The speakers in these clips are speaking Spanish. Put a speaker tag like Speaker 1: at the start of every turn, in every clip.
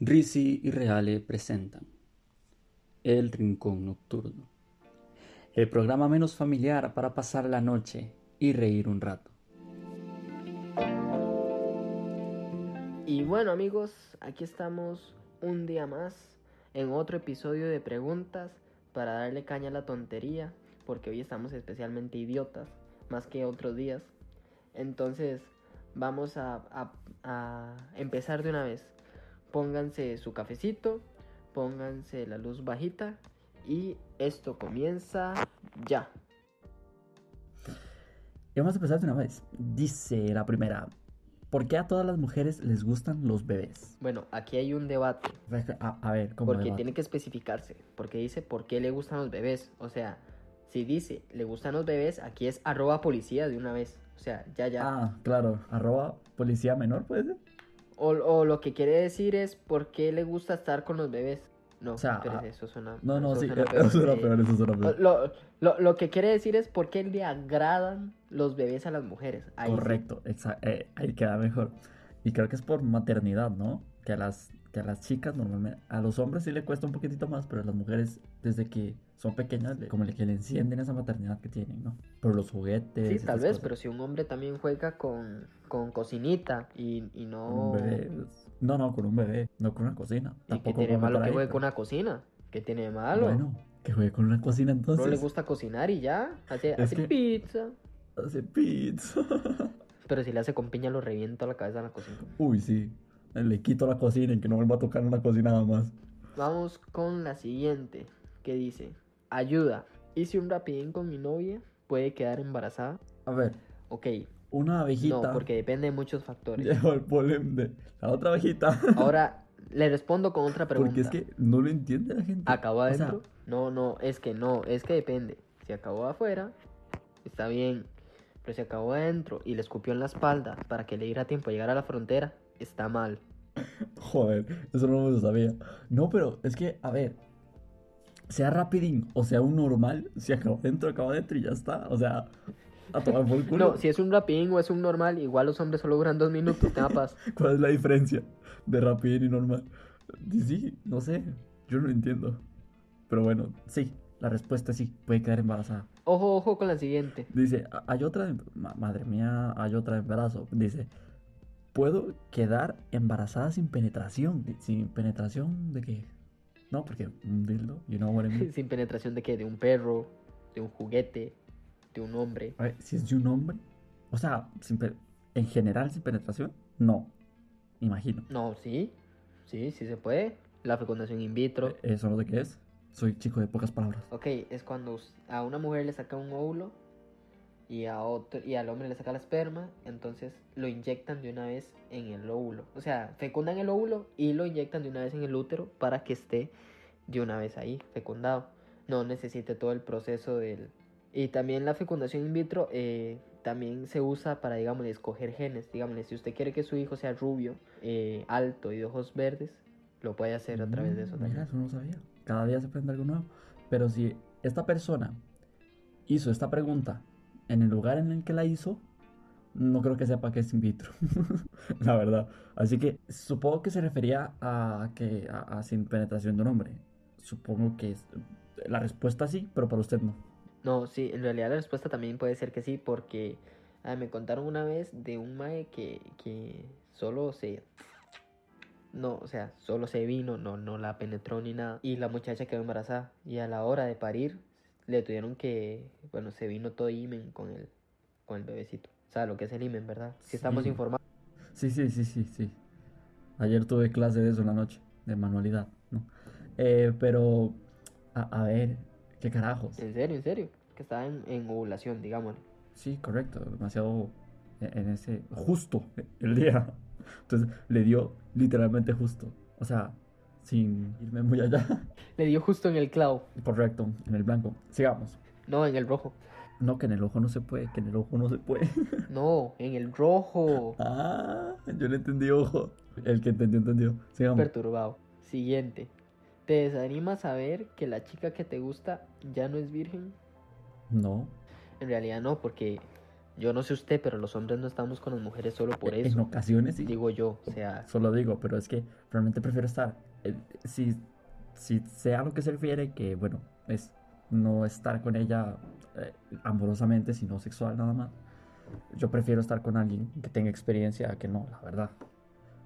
Speaker 1: Risi y Reale presentan El Rincón Nocturno, el programa menos familiar para pasar la noche y reír un rato.
Speaker 2: Y bueno amigos, aquí estamos un día más en otro episodio de preguntas para darle caña a la tontería, porque hoy estamos especialmente idiotas, más que otros días. Entonces vamos a, a- a empezar de una vez. Pónganse su cafecito, pónganse la luz bajita y esto comienza ya.
Speaker 1: Y vamos a empezar de una vez. Dice la primera, ¿por qué a todas las mujeres les gustan los bebés?
Speaker 2: Bueno, aquí hay un debate.
Speaker 1: A, a ver, ¿cómo
Speaker 2: Porque
Speaker 1: debate?
Speaker 2: tiene que especificarse. Porque dice por qué le gustan los bebés. O sea, si dice le gustan los bebés, aquí es arroba policía de una vez. O sea, ya, ya.
Speaker 1: Ah, claro, arroba policía menor puede ser.
Speaker 2: O, o lo que quiere decir es por qué le gusta estar con los bebés. No,
Speaker 1: O sea,
Speaker 2: espérese,
Speaker 1: ah,
Speaker 2: eso suena.
Speaker 1: No, no,
Speaker 2: eso
Speaker 1: sí,
Speaker 2: suena
Speaker 1: eso suena
Speaker 2: Eh,
Speaker 1: peor, eso suena peor.
Speaker 2: Lo, lo- lo que quiere decir es por qué le agradan los bebés a las mujeres. Ahí sí.
Speaker 1: Correcto, exa- eh, ahí queda mejor. Y creo que es por maternidad, ¿no? Que a las, que a las chicas normalmente, a los hombres sí le cuesta un poquitito más, pero a las mujeres desde que son pequeñas, le- como le- que le encienden esa maternidad que tienen, ¿no? Por los juguetes.
Speaker 2: Sí,
Speaker 1: y
Speaker 2: tal
Speaker 1: esas
Speaker 2: vez,
Speaker 1: cosas.
Speaker 2: pero si un hombre también juega con, con cocinita y, y
Speaker 1: Con un
Speaker 2: no.
Speaker 1: bebé. pues, No, no, con un bebé, no con una cocina.
Speaker 2: ¿Y
Speaker 1: Tampoco
Speaker 2: qué tiene de
Speaker 1: vamos
Speaker 2: malo
Speaker 1: para
Speaker 2: que
Speaker 1: ahí,
Speaker 2: juegue
Speaker 1: pero-
Speaker 2: con una cocina? ¿Qué tiene de malo?
Speaker 1: Bueno, que juegue con una cocina entonces.
Speaker 2: no le gusta cocinar y ya. Hace,
Speaker 1: Es
Speaker 2: hace
Speaker 1: que-
Speaker 2: pizza.
Speaker 1: Hace pizza.
Speaker 2: Pero si le hace con piña, lo reviento a la cabeza en la cocina.
Speaker 1: Uy, sí. Le quito la cocina y que no vuelva a tocar una cocina nada más.
Speaker 2: Vamos con la siguiente. Que dice: Ayuda. Hice un rapidín con mi novia. Puede quedar embarazada.
Speaker 1: A ver,
Speaker 2: Ok.
Speaker 1: una abejita.
Speaker 2: No, porque depende de muchos factores.
Speaker 1: Llegó el polen de la otra abejita.
Speaker 2: Ahora le respondo con otra pregunta. Ah.
Speaker 1: Porque es que no lo entiende la gente.
Speaker 2: ¿Acabó
Speaker 1: O sea,
Speaker 2: adentro? No, no, es que no, es que depende. Si acabó afuera, está bien. Pero si acabó adentro y le escupió en la espalda para que le diera tiempo a llegar a la frontera, está mal.
Speaker 1: joder, eso no me lo sabía. No, pero es que, a ver, sea rapidín o sea un normal, si acabó adentro, acabó adentro y ya está. O sea, a tomar por culo.
Speaker 2: No, si es un rapidín o es un normal, igual los hombres solo duran dos minutos, tenga paz.
Speaker 1: ¿Cuál es la diferencia de rapidín y normal? Y Sí, no sé, yo no lo entiendo. Pero bueno, sí, la respuesta es sí, puede quedar embarazada.
Speaker 2: Ojo, ojo con la siguiente.
Speaker 1: Dice, "Ah, hay otra, de- ma- madre mía, hay otra de embarazo. Dice, puedo quedar embarazada sin penetración. ¿Sin penetración de qué? No, porque un dildo, you know what I mean.
Speaker 2: Sin penetración de qué? De un perro, de un juguete, de un hombre.
Speaker 1: A ver, si es de un hombre, o sea, sin pe- en general sin penetración, no, imagino.
Speaker 2: No, sí, sí, sí se puede. La fecundación in vitro.
Speaker 1: Eh, Eso no sé qué es, soy chico de pocas palabras.
Speaker 2: Ok, es cuando us- a una mujer le saca un óvulo y, a otro, y al hombre le saca la esperma, entonces lo inyectan de una vez en el óvulo. O sea, fecundan el óvulo y lo inyectan de una vez en el útero para que esté de una vez ahí, fecundado. No necesite todo el proceso del... Y también la fecundación in vitro eh, también se usa para, digamos, escoger genes. Digámosle, si usted quiere que su hijo sea rubio, eh, alto y de ojos verdes, lo puede hacer a través de eso
Speaker 1: Mm,
Speaker 2: también.
Speaker 1: Mira, eso no lo sabía. Cada día se aprende algo nuevo. Pero si esta persona hizo esta pregunta en el lugar en el que la hizo, no creo que sepa que es in vitro. la verdad. Así que supongo que se refería a que a, a sin penetración de un hombre. Supongo que es la respuesta sí, pero para usted no.
Speaker 2: No, sí, en realidad la respuesta también puede ser que sí, porque ah, me contaron una vez de un mae que, que solo se... No, o sea, solo se vino, no, no la penetró ni nada. Y la muchacha quedó embarazada. Y a la hora de parir, le tuvieron que... Bueno, se vino todo imen con el, con el bebecito. O sea, lo que es el imen, ¿verdad? Si estamos
Speaker 1: Sí.
Speaker 2: informados.
Speaker 1: Sí, sí, sí, sí, sí. Ayer tuve clase de eso en la noche, de manualidad, ¿no? Eh, pero, a, a ver, ¿qué carajos?
Speaker 2: En serio, en serio. Que estaba en, en ovulación, digámoslo.
Speaker 1: Sí, correcto, demasiado e- en ese justo el día. Entonces le dio literalmente justo, o sea, sin irme muy allá.
Speaker 2: Le dio justo en el clavo.
Speaker 1: Correcto, en el blanco. Sigamos.
Speaker 2: No, en el rojo.
Speaker 1: No, que en el ojo no se puede, que en el ojo no se puede.
Speaker 2: No, en el rojo.
Speaker 1: Ah, yo le entendí ojo. El que entendió, entendió. Sigamos.
Speaker 2: Perturbado. Siguiente. ¿Te desanima saber que la chica que te gusta ya no es virgen?
Speaker 1: No,
Speaker 2: En realidad no, porque Yo no sé usted, pero los hombres no estamos con las mujeres solo por
Speaker 1: En-
Speaker 2: eso.
Speaker 1: e, En ocasiones sí.
Speaker 2: Digo yo, o sea,
Speaker 1: Solo digo, pero es que realmente prefiero estar. eh, si, si sea a lo que se refiere, que bueno, es no estar con ella eh, amorosamente, sino sexual nada más. Yo prefiero estar con alguien que tenga experiencia a que no, la verdad.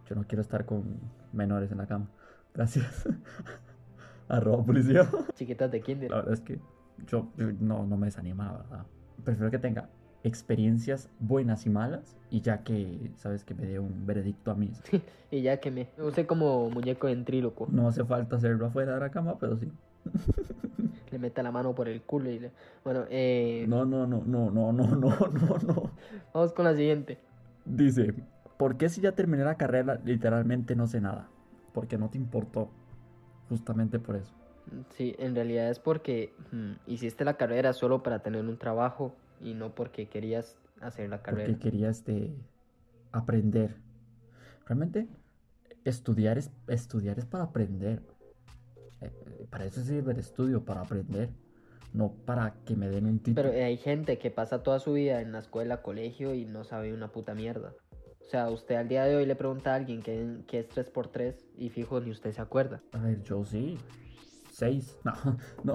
Speaker 1: Yo no quiero estar con menores en la cama. Gracias. Arroba policía.
Speaker 2: chiquitas de kinder.
Speaker 1: La verdad es que yo, yo no, no me desanima, la verdad. Prefiero que tenga experiencias buenas y malas y ya que, sabes, que me dé un veredicto a mí.
Speaker 2: Y ya que me me usé como muñeco ventríloco.
Speaker 1: No hace falta hacerlo afuera de la cama, pero sí.
Speaker 2: Le meta la mano por el culo y le... Bueno, eh,
Speaker 1: No, no, no, no, no, no, no, no, no.
Speaker 2: vamos con la siguiente.
Speaker 1: Dice, ¿por qué si ya terminé la carrera literalmente no sé nada? Porque no te importó. Justamente por eso.
Speaker 2: Sí, en realidad es porque mm, hiciste la carrera solo para tener un trabajo y no porque querías hacer la carrera.
Speaker 1: Porque quería este, aprender. Realmente, estudiar es, estudiar es para aprender. Eh, eh, Para eso sirve el estudio, para aprender. No para que me den un título.
Speaker 2: Pero eh, hay gente que pasa toda su vida en la escuela, colegio y no sabe una puta mierda. O sea, usted al día de hoy le pregunta a alguien qué, qué es 3x3 y fijo, ni usted se acuerda.
Speaker 1: A ver, yo sí. Seis. No, no.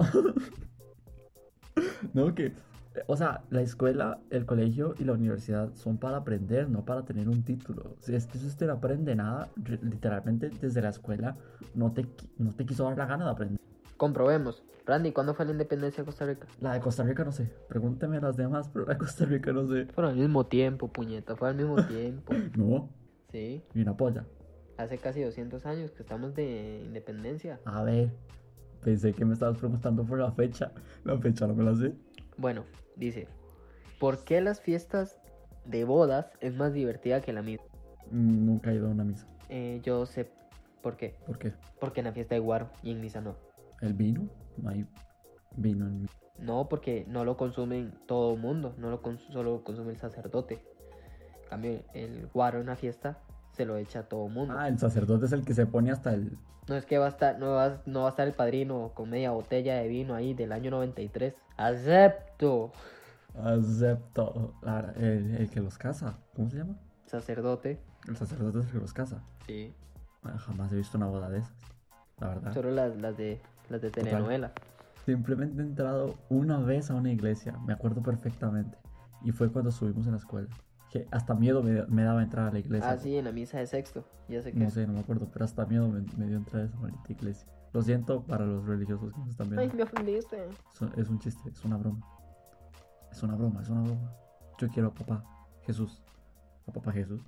Speaker 1: No, que. O sea, la escuela, el colegio y la universidad son para aprender, no para tener un título. Si es que si usted no aprende nada, re- literalmente desde la escuela no te, qui- no te quiso dar la gana de aprender.
Speaker 2: Comprobemos. Randy, ¿cuándo fue la independencia de Costa Rica?
Speaker 1: La de Costa Rica no sé. Pregúnteme las demás, pero la de Costa Rica no sé.
Speaker 2: Fue al mismo tiempo, puñeta, fue al mismo tiempo.
Speaker 1: No,
Speaker 2: Sí,
Speaker 1: y una polla.
Speaker 2: hace casi 200 años que estamos de independencia.
Speaker 1: A ver, pensé que me estabas preguntando por la fecha. La fecha no me la sé.
Speaker 2: Bueno, dice, ¿por qué las fiestas de bodas es más divertida que la mía?
Speaker 1: Mm, Nunca he ido a una misa.
Speaker 2: Eh, yo sé por qué.
Speaker 1: ¿Por qué?
Speaker 2: Porque en la fiesta de Guaro y en misa no.
Speaker 1: ¿El vino? No hay vino en mi.
Speaker 2: No, porque no lo consumen todo el mundo, no lo cons- solo lo consume el sacerdote. En cambio, el guaro en la fiesta se lo echa a todo el mundo.
Speaker 1: Ah, el sacerdote es el que se pone hasta el.
Speaker 2: No es que va a estar, no va, no va a estar el padrino con media botella de vino ahí del año 93. Acepto,
Speaker 1: Acepto. la- el, el que los casa. ¿Cómo se llama?
Speaker 2: sacerdote.
Speaker 1: El sacerdote es el que los casa.
Speaker 2: Sí.
Speaker 1: Ah, Jamás he visto una boda de esas. La verdad.
Speaker 2: Solo las, las de las de
Speaker 1: Ah. Total.
Speaker 2: telenovela.
Speaker 1: Simplemente he entrado una vez a una iglesia. Me acuerdo perfectamente. Y fue cuando subimos en la escuela. Que hasta miedo me, me daba entrar a la iglesia.
Speaker 2: Ah, sí, en la misa de sexto. Ya sé que.
Speaker 1: No sé, no me acuerdo. Pero hasta miedo me, me dio entrar a esa maldita iglesia. Lo siento para los religiosos que nos están viendo.
Speaker 2: Ay, me ofendiste.
Speaker 1: Es un- Es un chiste, es una broma. Es una broma, es una broma. Yo quiero a papá Jesús. A papá Jesús.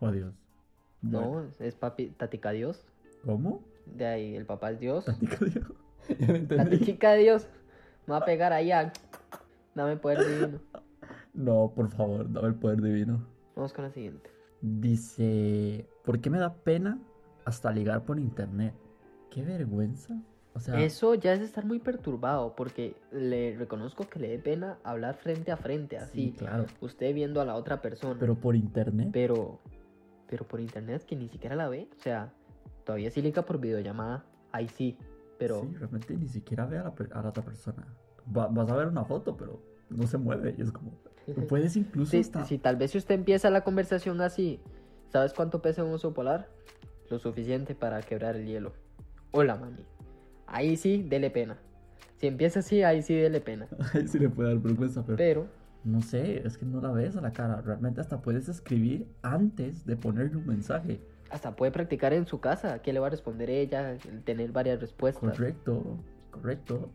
Speaker 1: O a Dios. Bueno,
Speaker 2: No, es papi, tatica Dios.
Speaker 1: ¿Cómo?
Speaker 2: De ahí, el papá es Dios.
Speaker 1: Platica Dios. Ya lo
Speaker 2: La
Speaker 1: entendí.
Speaker 2: chica de Dios me va a pegar allá. Dame poder divino.
Speaker 1: No, por favor, dame el poder divino.
Speaker 2: Vamos con la siguiente.
Speaker 1: Dice, ¿por qué me da pena hasta ligar por internet? Qué vergüenza. O sea,
Speaker 2: Eso ya es estar muy perturbado porque le reconozco que le dé pena hablar frente a frente,
Speaker 1: sí,
Speaker 2: así.
Speaker 1: claro.
Speaker 2: Usted viendo a la otra persona.
Speaker 1: Pero por internet.
Speaker 2: pero, pero por internet que ni siquiera la ve. O sea, todavía sí liga por videollamada. Ahí sí. Pero
Speaker 1: Sí, realmente ni siquiera ve a la, per- a la otra persona. Va- vas a ver una foto, pero no se mueve. Y es como.
Speaker 2: Eh,
Speaker 1: Puedes incluso
Speaker 2: si,
Speaker 1: hasta-
Speaker 2: si tal vez usted empieza la conversación así, ¿sabes cuánto pesa un oso polar? Lo suficiente para quebrar el hielo. Hola, mami. Ahí sí, dele pena. Si empieza así, ahí sí, dele pena.
Speaker 1: Ahí sí le puede dar vergüenza, pero...
Speaker 2: Pero,
Speaker 1: No sé, es que no la ves a la cara. Realmente hasta puedes escribir antes de ponerle un mensaje.
Speaker 2: hasta puede practicar en su casa. ¿Qué le va a responder ella? El Tener varias respuestas.
Speaker 1: Correcto, correcto.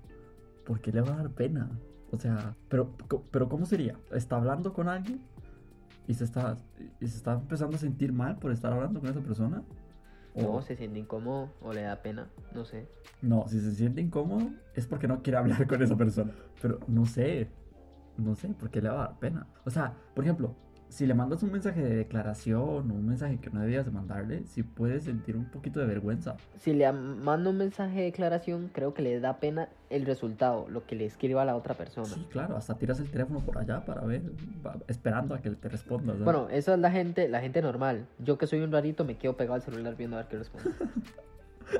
Speaker 1: ¿Por qué le va a dar pena? O sea, pero, co- pero ¿cómo sería? ¿Está hablando con alguien? ¿Y se, está, ¿Y se está empezando a sentir mal por estar hablando con esa persona?
Speaker 2: No,
Speaker 1: O-
Speaker 2: se siente incómodo o le da pena. No sé.
Speaker 1: No, si se siente incómodo es porque no quiere hablar con esa persona. Pero no sé, no sé por qué le va a dar pena. O sea, por ejemplo, si le mandas un mensaje de declaración o un mensaje que no debías de mandarle, si puedes sentir un poquito de vergüenza.
Speaker 2: Si le am- manda un mensaje de declaración, creo que le da pena el resultado, lo que le escriba a la otra persona.
Speaker 1: Sí, claro, hasta tiras el teléfono por allá para ver, va- esperando a que te responda. ¿sabes?
Speaker 2: Bueno, eso es la gente, la gente normal. Yo que soy un rarito me quedo pegado al celular viendo a ver qué responde.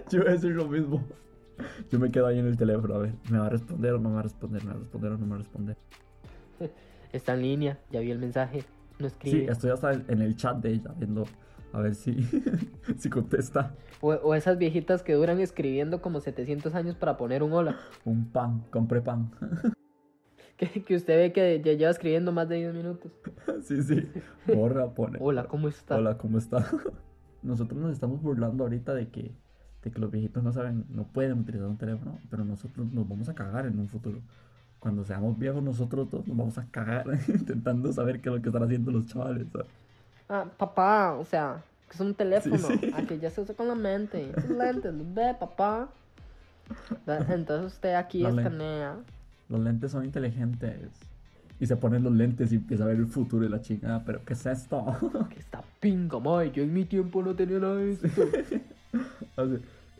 Speaker 1: yo voy a decir lo mismo. Yo me quedo ahí en el teléfono, a ver, ¿me va a responder o no me va a responder? ¿Me va a responder o no me va a responder?
Speaker 2: Está en línea, ya vi el mensaje, no escribe.
Speaker 1: Sí, estoy hasta en el chat de ella viendo a ver si, si contesta
Speaker 2: O, o esas viejitas que duran escribiendo como 700 años para poner un hola.
Speaker 1: un pan, compré pan.
Speaker 2: Que, que usted ve que ya lleva escribiendo más de 10 minutos.
Speaker 1: sí, sí, borra, pone.
Speaker 2: Hola, ¿cómo está?
Speaker 1: Hola, ¿cómo está? Nosotros nos estamos burlando ahorita de que, de que los viejitos no saben, no pueden utilizar un teléfono, pero nosotros nos vamos a cagar en un futuro. Cuando seamos viejos nosotros todos nos vamos a cagar intentando saber qué es lo que están haciendo los chavales. ¿sabes?
Speaker 2: Ah, papá, o sea, que es un teléfono.
Speaker 1: sí.
Speaker 2: A que ya se usa con la mente. Esos lentes, los ve, papá. Da- Entonces usted aquí
Speaker 1: La lente.
Speaker 2: escanea.
Speaker 1: Los lentes son inteligentes. Y se ponen los lentes y empieza a ver el futuro de la chingada, pero ¿qué es esto?
Speaker 2: Que está pinga, mae. Yo en mi tiempo no tenía nada de eso.
Speaker 1: O sea,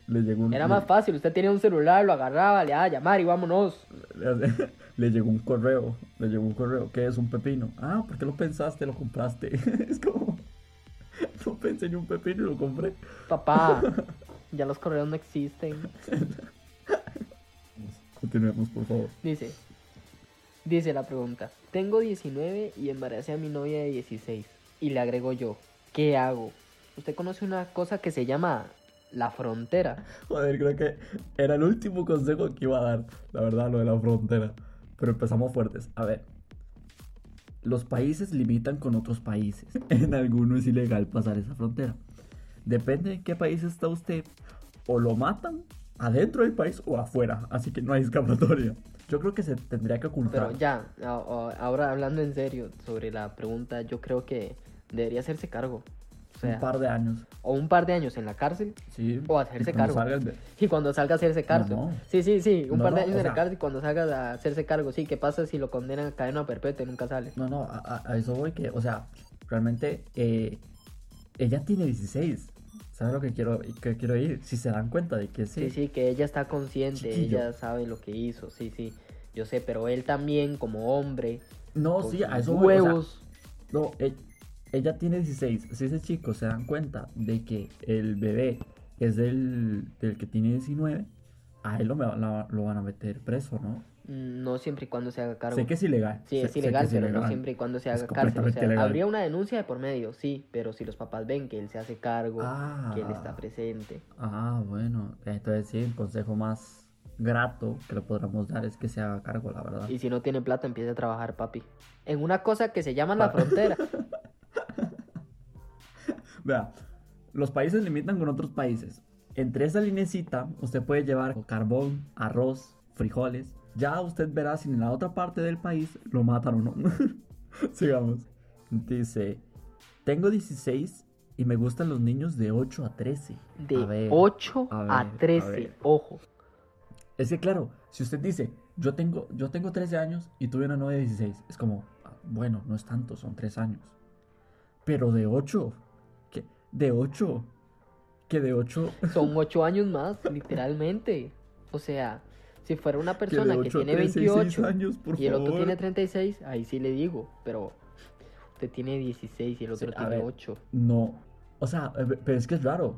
Speaker 1: le llegó un,
Speaker 2: Era
Speaker 1: le-
Speaker 2: más fácil. Usted tenía un celular, lo agarraba, le daba a llamar y vámonos.
Speaker 1: le, le llegó un correo, le llegó un correo, ¿qué es un pepino? Ah, ¿por qué lo pensaste? Lo compraste. es como, no pensé en un pepino y lo compré.
Speaker 2: Papá, ya los correos no existen.
Speaker 1: Vamos, Continuemos, por favor.
Speaker 2: Dice, dice la pregunta. Tengo 19 y embaracé a mi novia de 16. Y le agrego yo, ¿qué hago? Usted conoce una cosa que se llama la frontera.
Speaker 1: Joder, creo que era el último consejo que iba a dar, la verdad, lo de la frontera. Pero empezamos fuertes. A ver, los países limitan con otros países. En alguno es ilegal pasar esa frontera. Depende de qué país está usted. O lo matan adentro del país o afuera. Así que no hay escapatoria. Yo creo que se tendría que ocultar.
Speaker 2: Pero ya, a- a- ahora hablando en serio sobre la pregunta, yo creo que debería hacerse cargo. O sea,
Speaker 1: un par de años.
Speaker 2: o un par de años en la cárcel
Speaker 1: Sí.
Speaker 2: o hacerse
Speaker 1: y cuando
Speaker 2: cargo.
Speaker 1: salga el de-
Speaker 2: y cuando salga a hacerse cargo.
Speaker 1: no.
Speaker 2: Sí, sí, sí, un
Speaker 1: No,
Speaker 2: par de
Speaker 1: no,
Speaker 2: años
Speaker 1: o
Speaker 2: en la
Speaker 1: sea-
Speaker 2: cárcel y cuando salga a hacerse cargo. Sí, ¿qué pasa si lo condenan a cadena perpetua y nunca sale?
Speaker 1: No, no, a, a- a eso voy que, o sea, realmente eh, ella tiene 16. ¿Sabes lo que quiero, que quiero ir? Si se dan cuenta de que
Speaker 2: Sí,
Speaker 1: sí.
Speaker 2: sí, que ella está consciente,
Speaker 1: Chiquillo.
Speaker 2: ella sabe lo que hizo, sí, sí. Yo sé, pero él también como hombre,
Speaker 1: No,
Speaker 2: con
Speaker 1: sí, a
Speaker 2: sus
Speaker 1: eso voy. o sea,
Speaker 2: huevos,
Speaker 1: no, e- ella tiene 16. Si ese chico se dan cuenta de que el bebé es del, del que tiene 19, a él lo, me va- la- lo van a meter preso, ¿no?
Speaker 2: mm, no siempre y cuando se haga cargo.
Speaker 1: Sé que es ilegal.
Speaker 2: Sí,
Speaker 1: sé-
Speaker 2: es
Speaker 1: sé que
Speaker 2: ilegal, pero no
Speaker 1: ilegal.
Speaker 2: siempre y cuando se
Speaker 1: Es
Speaker 2: haga cárcel. O sea,
Speaker 1: completamente legal.
Speaker 2: habría una denuncia de por medio, sí, pero si los papás ven que él se hace cargo,
Speaker 1: Ah.
Speaker 2: que él está presente.
Speaker 1: Ah, bueno. Entonces sí, el consejo más grato que le podríamos dar es que se haga cargo, la verdad.
Speaker 2: Y si no tiene plata, empieza a trabajar, papi. En una cosa que se llama la frontera.
Speaker 1: Vea, los países limitan con otros países. Entre esa linecita, usted puede llevar carbón, arroz, frijoles. Ya usted verá si en la otra parte del país lo matan o no. Sigamos. Dice, tengo 16 y me gustan los niños de 8 a 13.
Speaker 2: De
Speaker 1: A ver,
Speaker 2: 8
Speaker 1: a
Speaker 2: a,
Speaker 1: ver, a
Speaker 2: 13,
Speaker 1: ver.
Speaker 2: ojo.
Speaker 1: Es que claro, si usted dice, yo tengo, yo tengo 13 años y tuve una novia de 16, es como, "Ah, bueno, no es tanto, son 3 años. Pero de 8, que de 8, que de 8
Speaker 2: Son 8 años más, literalmente. O sea, si fuera una
Speaker 1: que de
Speaker 2: persona que
Speaker 1: ocho a
Speaker 2: tiene
Speaker 1: 36
Speaker 2: 28
Speaker 1: años, por
Speaker 2: y el otro
Speaker 1: favor.
Speaker 2: tiene 36, ahí sí le digo, pero usted tiene 16 y el otro
Speaker 1: Sí, a
Speaker 2: tiene
Speaker 1: ver.
Speaker 2: 8.
Speaker 1: No, o sea, eh, pe- pero es que es raro.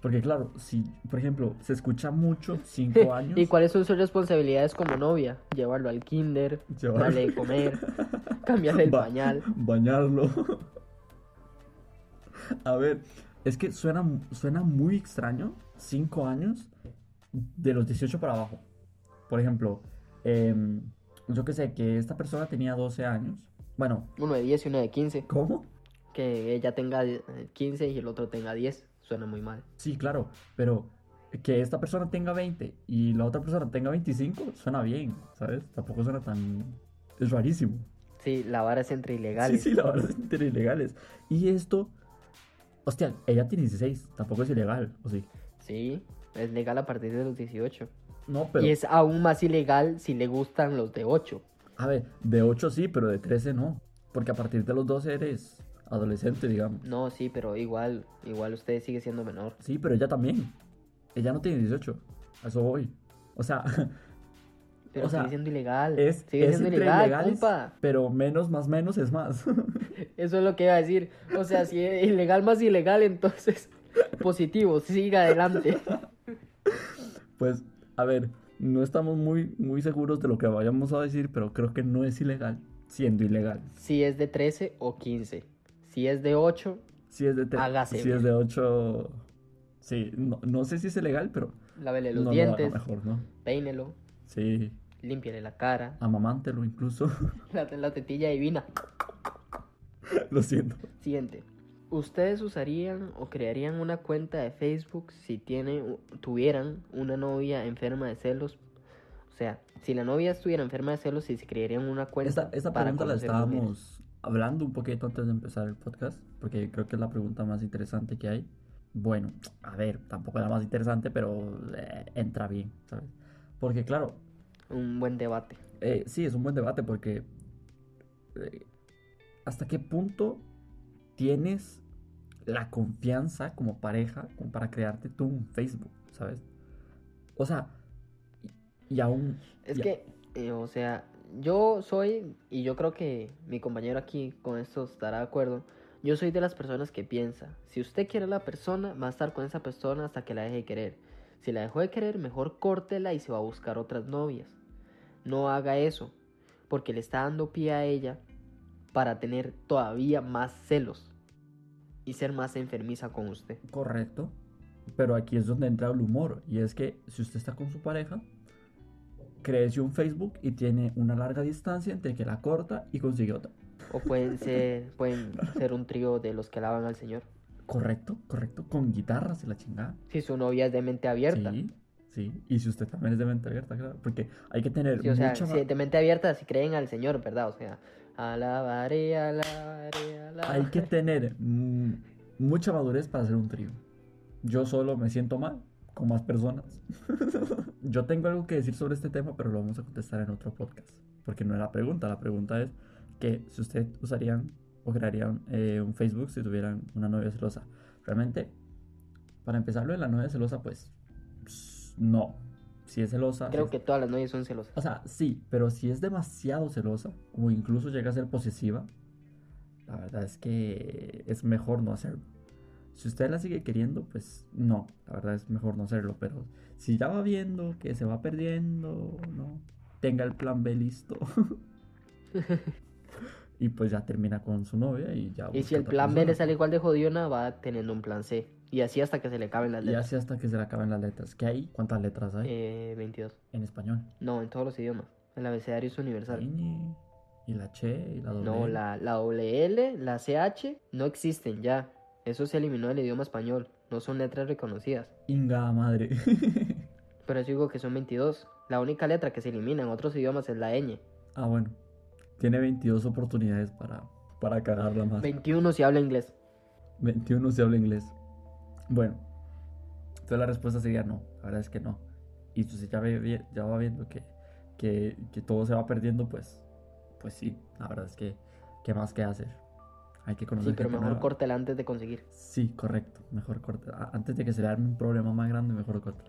Speaker 1: Porque claro, si, por ejemplo, se escucha mucho 5 años.
Speaker 2: ¿Y cuáles son sus responsabilidades como novia? Llevarlo al kinder,
Speaker 1: Llevarlo.
Speaker 2: darle de comer, cambiarle el
Speaker 1: Ba-
Speaker 2: pañal.
Speaker 1: Bañarlo. A ver, es que suena, suena muy extraño. 5 años de los 18 para abajo. Por ejemplo, em, yo que sé, que esta persona tenía 12 años. Bueno,
Speaker 2: Uno de 10 y uno de 15.
Speaker 1: ¿cómo?
Speaker 2: Que ella tenga eh, 15 y el otro tenga 10. Suena muy mal.
Speaker 1: Sí, claro, pero que esta persona tenga 20 y la otra persona tenga 25 suena bien, ¿sabes? Tampoco suena tan... Es rarísimo.
Speaker 2: Sí, la vara es entre ilegales.
Speaker 1: Sí, sí, la verdad es entre ilegales. Y esto... Hostia, ella tiene 16, tampoco es ilegal, ¿o sí?
Speaker 2: Sí, es legal a partir de los 18.
Speaker 1: No, pero...
Speaker 2: Y es aún más ilegal si le gustan los de 8.
Speaker 1: A ver, de 8 sí, pero de 13 no. Porque a partir de los 12 eres adolescente, digamos.
Speaker 2: No, sí, pero igual, igual usted sigue siendo menor.
Speaker 1: Sí, pero ella también. Ella no tiene 18. A eso voy. O sea,
Speaker 2: Pero
Speaker 1: O sea,
Speaker 2: sigue siendo ilegal.
Speaker 1: es,
Speaker 2: sigue
Speaker 1: es
Speaker 2: siendo
Speaker 1: entre
Speaker 2: ilegal,
Speaker 1: ilegales,
Speaker 2: compa.
Speaker 1: pero menos más menos es más.
Speaker 2: Eso es lo que iba a decir. O sea, si es ilegal más ilegal, entonces positivo, siga adelante.
Speaker 1: Pues, a ver, no estamos muy, muy seguros de lo que vayamos a decir, pero creo que no es ilegal. siendo ilegal.
Speaker 2: Si es de 13 o 15. Si es de 8,
Speaker 1: Si es de, te-
Speaker 2: Hágase,
Speaker 1: si es de 8, sí, no, no sé si es ilegal, pero
Speaker 2: lávele los
Speaker 1: no lo haga
Speaker 2: dientes,
Speaker 1: mejor, ¿no?
Speaker 2: peínelo,
Speaker 1: Sí,
Speaker 2: límpiale la cara,
Speaker 1: amamántelo incluso.
Speaker 2: la, la tetilla divina.
Speaker 1: lo siento.
Speaker 2: Siguiente. ¿Ustedes usarían o crearían una cuenta de Facebook si tiene, u- tuvieran una novia enferma de celos? O sea, si la novia estuviera enferma de celos, si se crearían una cuenta.
Speaker 1: Esta, esta
Speaker 2: Pues, para
Speaker 1: pregunta la
Speaker 2: conocer mujeres?
Speaker 1: estábamos hablando un poquito antes de empezar el podcast, porque creo que es la pregunta más interesante que hay. Bueno, a ver, tampoco es la más interesante, pero eh, entra bien, ¿sabes? Porque claro,
Speaker 2: Un buen debate.
Speaker 1: eh, sí, es un buen debate porque eh, hasta qué punto tienes la confianza como pareja como para crearte tú un Facebook, ¿sabes? O sea, y, y aún...
Speaker 2: Es
Speaker 1: Ya.
Speaker 2: que, eh, o sea, yo soy, y yo creo que mi compañero aquí con esto estará de acuerdo, yo soy de las personas que piensa, si usted quiere a la persona, va a estar con esa persona hasta que la deje de querer. Si la dejó de querer, mejor córtela y se va a buscar otras novias. No haga eso, porque le está dando pie a ella para tener todavía más celos y ser más enfermiza con usted.
Speaker 1: Correcto. Pero aquí es donde entra el humor. Y es que si usted está con su pareja, créese un Facebook y tiene una larga distancia entre que la corta y consigue otra.
Speaker 2: O pueden ser, pueden ser un trío de los que alaban al Señor.
Speaker 1: Correcto, correcto. Con guitarras y la chingada.
Speaker 2: Si su novia es de mente abierta.
Speaker 1: Sí, sí. Y si usted también es de mente abierta, claro. Porque hay que tener
Speaker 2: Sí, o sea,
Speaker 1: mucha ma-
Speaker 2: si de mente abierta, si creen al Señor, ¿verdad? O sea, alabaré, alabaré, alabaré.
Speaker 1: hay que tener mm, mucha madurez para hacer un trío. Yo solo me siento mal con más personas. Yo tengo algo que decir sobre este tema, pero lo vamos a contestar en otro podcast. Porque no es la pregunta, la pregunta es que si ustedes usarían o crearían eh, un Facebook si tuvieran una novia celosa. Realmente, para empezar lo de la novia celosa, pues ps, no. Si es celosa,
Speaker 2: Creo
Speaker 1: es-
Speaker 2: que todas las novias son celosas.
Speaker 1: o sea, sí, pero si es demasiado celosa o incluso llega a ser posesiva, la verdad es que es mejor no hacerlo. Si usted la sigue queriendo, pues no, la verdad es mejor no hacerlo, pero si ya va viendo que se va perdiendo, no, tenga el plan B listo. y pues ya termina con su novia y ya.
Speaker 2: Y
Speaker 1: busca
Speaker 2: si el
Speaker 1: otra
Speaker 2: plan B le
Speaker 1: persona.
Speaker 2: sale igual de jodiona, va teniendo un plan C. Y así hasta que se le acaben las
Speaker 1: Y
Speaker 2: letras.
Speaker 1: así hasta que se le acaben las letras. ¿Qué hay? ¿Cuántas letras hay
Speaker 2: Eh, 22.
Speaker 1: en español?
Speaker 2: No, en todos los idiomas. El abecedario es
Speaker 1: La
Speaker 2: universal.
Speaker 1: ñ, y la che y la doble.
Speaker 2: No,
Speaker 1: L.
Speaker 2: la, la doble L, la CH, no existen ya. Eso se eliminó del idioma español. No son letras reconocidas.
Speaker 1: Inga madre.
Speaker 2: Pero eso digo que son 22. La única letra que se elimina en otros idiomas es la ñ.
Speaker 1: ah, bueno. Tiene 22 oportunidades para, para cagarla más.
Speaker 2: 21 si habla inglés.
Speaker 1: 21 se habla inglés. Bueno. Entonces la respuesta sería no. La verdad es que no. Y entonces ya, ve, vi- ya va viendo que, que, que todo se va perdiendo, pues, pues sí. La verdad es que, ¿qué más que hacer? Hay que conocer
Speaker 2: Sí, pero
Speaker 1: gente
Speaker 2: mejor
Speaker 1: nueva.
Speaker 2: córtela antes de conseguir.
Speaker 1: Sí, correcto. Mejor corta. A- Antes de que se le arme un problema más grande, mejor corta.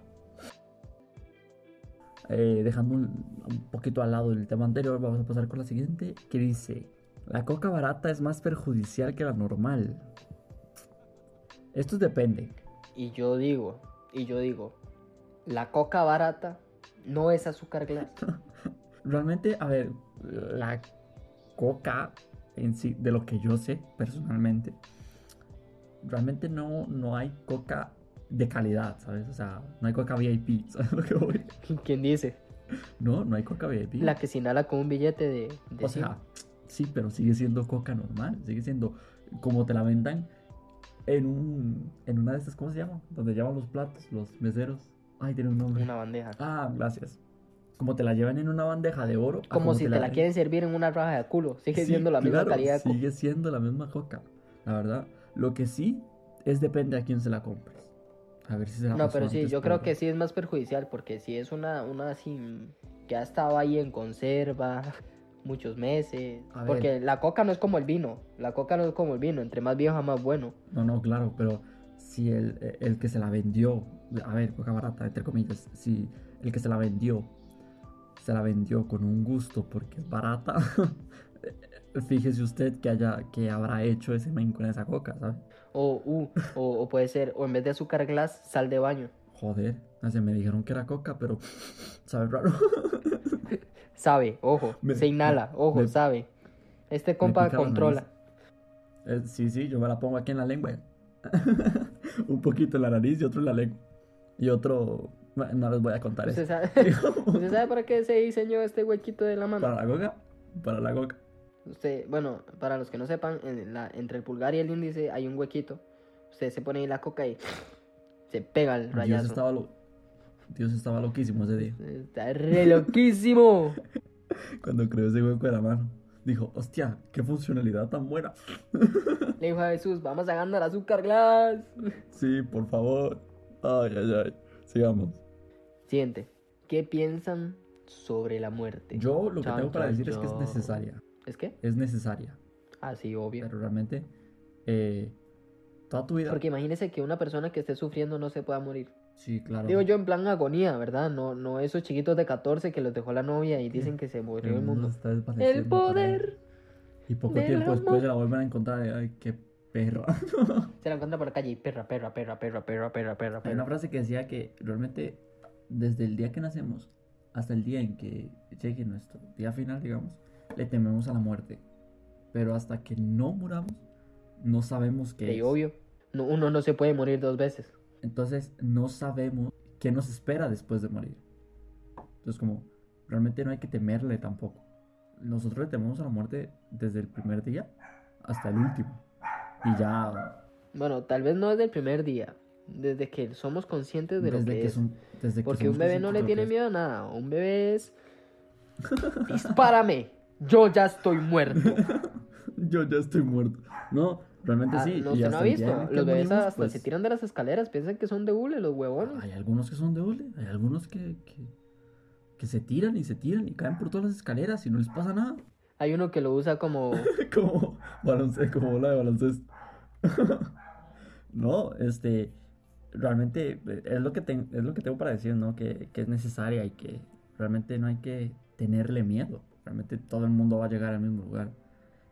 Speaker 1: Eh, dejando un, un poquito al lado el tema anterior, vamos a pasar con la siguiente, que dice, la coca barata es más perjudicial que la normal. Esto depende.
Speaker 2: Y yo digo, y yo digo, la coca barata no es azúcar glass.
Speaker 1: Realmente, a ver, la coca en sí, de lo que yo sé personalmente, realmente no, no hay coca de calidad, ¿sabes? O sea, no hay coca VIP, ¿sabes lo que voy?
Speaker 2: ¿Quién dice?
Speaker 1: No, no hay coca VIP.
Speaker 2: La que se inhala con un billete de, de
Speaker 1: o sea, sí, pero sigue siendo coca normal, sigue siendo como te la vendan en un en una de estas, ¿cómo se llama? Donde llevan los platos, los meseros. Ay, tiene un
Speaker 2: cien,
Speaker 1: nombre.
Speaker 2: una bandeja.
Speaker 1: Ah, gracias. Como te la llevan en una bandeja de oro. a
Speaker 2: Como si te la,
Speaker 1: den.
Speaker 2: quieren servir en una raja de culo. Sigue
Speaker 1: Sí,
Speaker 2: siendo la misma
Speaker 1: claro,
Speaker 2: calidad. de co-
Speaker 1: Sigue siendo la misma coca, la verdad. Lo que sí es depende a quién se la compres. A ver si se la
Speaker 2: No,
Speaker 1: pasó
Speaker 2: pero sí,
Speaker 1: antes
Speaker 2: yo creo
Speaker 1: por-
Speaker 2: que sí es más perjudicial porque si es una, una así mm, que ha estado ahí en conserva muchos meses.
Speaker 1: A ver.
Speaker 2: Porque la coca no es como el vino. La coca no es como el vino. Entre más vieja, más bueno.
Speaker 1: No, no, claro, pero si el, el que se la vendió, a ver, coca barata, entre comillas, si el que se la vendió, se la vendió con un gusto porque es barata, fíjese usted que, haya, que habrá hecho ese men con esa coca, ¿sabes?
Speaker 2: O, uh, o, o puede ser, o en vez de azúcar glass, sal de baño.
Speaker 1: Joder, se me dijeron que era coca, pero sabe raro.
Speaker 2: Sabe, ojo,
Speaker 1: Me-
Speaker 2: se inhala, ojo,
Speaker 1: me-
Speaker 2: sabe. Este compa
Speaker 1: pica la
Speaker 2: controla.
Speaker 1: Eh, sí, sí, yo me la pongo aquí en la lengua. Un poquito en la nariz y otro en la lengua. Y otro... bueno, No les voy a contar eso.
Speaker 2: ¿Usted sabe, ¿Usted sabe para qué se diseñó este huequito de la mano?
Speaker 1: ¿Para la goga? Para la goga.
Speaker 2: Usted, bueno, para los que no sepan, en la- entre el pulgar y el índice hay un huequito. Usted se pone ahí la coca y se pega el
Speaker 1: Dios
Speaker 2: rayazo.
Speaker 1: estaba, lo- Dios estaba loquísimo ese día.
Speaker 2: Está re loquísimo.
Speaker 1: Cuando creó ese hueco de la mano. Dijo, hostia, qué funcionalidad tan buena.
Speaker 2: Le dijo a Jesús, vamos a ganar azúcar glass.
Speaker 1: Sí, por favor. Ay, ay, ay. Sigamos.
Speaker 2: Siguiente. ¿Qué piensan sobre la muerte?
Speaker 1: Yo lo que
Speaker 2: Chan,
Speaker 1: tengo para
Speaker 2: chan,
Speaker 1: decir es que es
Speaker 2: chan.
Speaker 1: necesaria.
Speaker 2: ¿Es qué?
Speaker 1: Es necesaria.
Speaker 2: Ah, sí, obvio.
Speaker 1: Pero realmente, eh, toda tu vida.
Speaker 2: Porque imagínese que una persona que esté sufriendo no se pueda morir.
Speaker 1: Sí, claro.
Speaker 2: Digo yo en plan agonía, ¿verdad? No, no esos chiquitos de 14 que los dejó la novia y dicen que se murió el mundo.
Speaker 1: está desvaneciendo
Speaker 2: El
Speaker 1: para
Speaker 2: poder.
Speaker 1: él. Y poco
Speaker 2: del
Speaker 1: tiempo
Speaker 2: amor.
Speaker 1: después la vuelven a encontrar. Ay, qué perra.
Speaker 2: Se la encuentra por la calle y perra, perra, perra, perra, perra, perra, perra,
Speaker 1: Hay una
Speaker 2: perra.
Speaker 1: frase que decía que realmente desde el día que nacemos hasta el día en que llegue nuestro día final, digamos, le tememos a la muerte. Pero hasta que no muramos, no sabemos qué
Speaker 2: Sí,
Speaker 1: es.
Speaker 2: obvio. No, uno no se puede morir dos veces.
Speaker 1: Entonces no sabemos qué nos espera después de morir. Entonces como realmente no hay que temerle tampoco. Nosotros le tememos a la muerte desde el primer día hasta el último. Y ya
Speaker 2: Bueno, tal vez no desde el primer día. Desde que somos conscientes de
Speaker 1: desde
Speaker 2: lo que,
Speaker 1: que,
Speaker 2: es.
Speaker 1: son- desde que
Speaker 2: Porque
Speaker 1: somos
Speaker 2: un bebé no le
Speaker 1: conscientes de
Speaker 2: tiene
Speaker 1: lo que es.
Speaker 2: miedo a nada. Un bebé es. Dispárame. Yo ya estoy muerto.
Speaker 1: Yo ya estoy muerto. No, realmente
Speaker 2: Ah,
Speaker 1: Pues sí.
Speaker 2: no,
Speaker 1: y
Speaker 2: usted no
Speaker 1: hasta
Speaker 2: ha
Speaker 1: el día
Speaker 2: visto.
Speaker 1: en el que
Speaker 2: Los bebés
Speaker 1: morimos,
Speaker 2: hasta
Speaker 1: pues,
Speaker 2: se tiran de las escaleras. Piensan que son de hule los huevones.
Speaker 1: Hay algunos que son de hule, hay algunos que, que, que se tiran y se tiran y caen por todas las escaleras y no les pasa nada.
Speaker 2: Hay uno que lo usa como.
Speaker 1: como baloncesto, como bola de baloncesto. no, este, realmente eh, es lo que, ten- es lo que tengo para decir, ¿no? Que, que es necesaria y que realmente no hay que tenerle miedo. Realmente todo el mundo va a llegar al mismo lugar.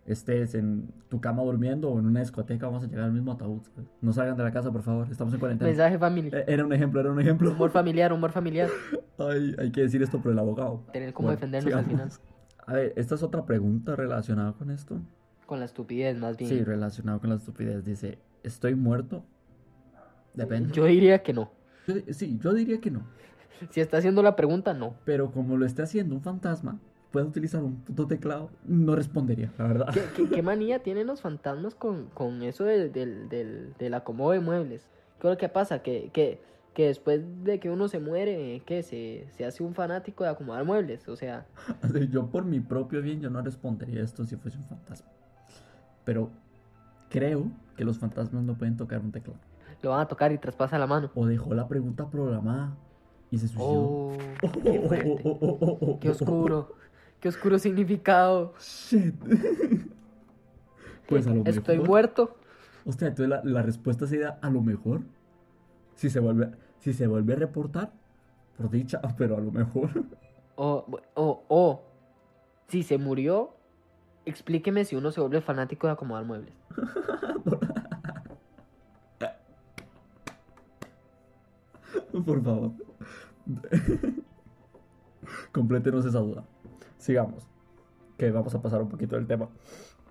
Speaker 1: Estés en tu cama durmiendo o en una discoteca, vamos a llegar al mismo ataúd. ¿sabes? No salgan de la casa, por favor, estamos en cuarentena.
Speaker 2: Mensaje familiar.
Speaker 1: Eh, Era un ejemplo, era un ejemplo.
Speaker 2: Humor familiar, humor familiar.
Speaker 1: Ay, hay que decir esto por el abogado.
Speaker 2: Tener cómo
Speaker 1: Bueno,
Speaker 2: defendernos al final.
Speaker 1: sigamos. A ver, esta es otra pregunta relacionada con esto.
Speaker 2: Con la estupidez, más bien.
Speaker 1: Sí, relacionado con la estupidez. Dice, ¿estoy muerto? Depende.
Speaker 2: Yo diría que no.
Speaker 1: Yo di- sí, yo diría que no.
Speaker 2: Si está haciendo la pregunta, no.
Speaker 1: Pero como lo está haciendo un fantasma, puede utilizar un puto teclado, no respondería, la verdad.
Speaker 2: ¿Qué, qué- qué manía tienen los fantasmas con, con eso del, del, del, del acomodo de muebles? ¿Qué es lo que pasa? Que, que, que después de que uno se muere, que se, se hace un fanático de acomodar muebles. O sea,
Speaker 1: Así, yo por mi propio bien, yo no respondería esto si fuese un fantasma. Pero creo que los fantasmas no pueden tocar un teclado.
Speaker 2: lo van a tocar y traspasa la mano.
Speaker 1: O dejó la pregunta programada y se suicidó.
Speaker 2: Oh, qué fuerte. Qué oscuro. Qué oscuro significado.
Speaker 1: Shit. Pues a lo
Speaker 2: Estoy
Speaker 1: mejor.
Speaker 2: muerto.
Speaker 1: Hostia, entonces la, la respuesta sería a lo mejor. Si se vuelve, si se vuelve a reportar, por dicha, pero a lo mejor.
Speaker 2: O, o, o, si se murió, explíqueme si uno se vuelve fanático de acomodar muebles.
Speaker 1: por favor. Complétenos esa duda. Sigamos. Que vamos a pasar un poquito del tema.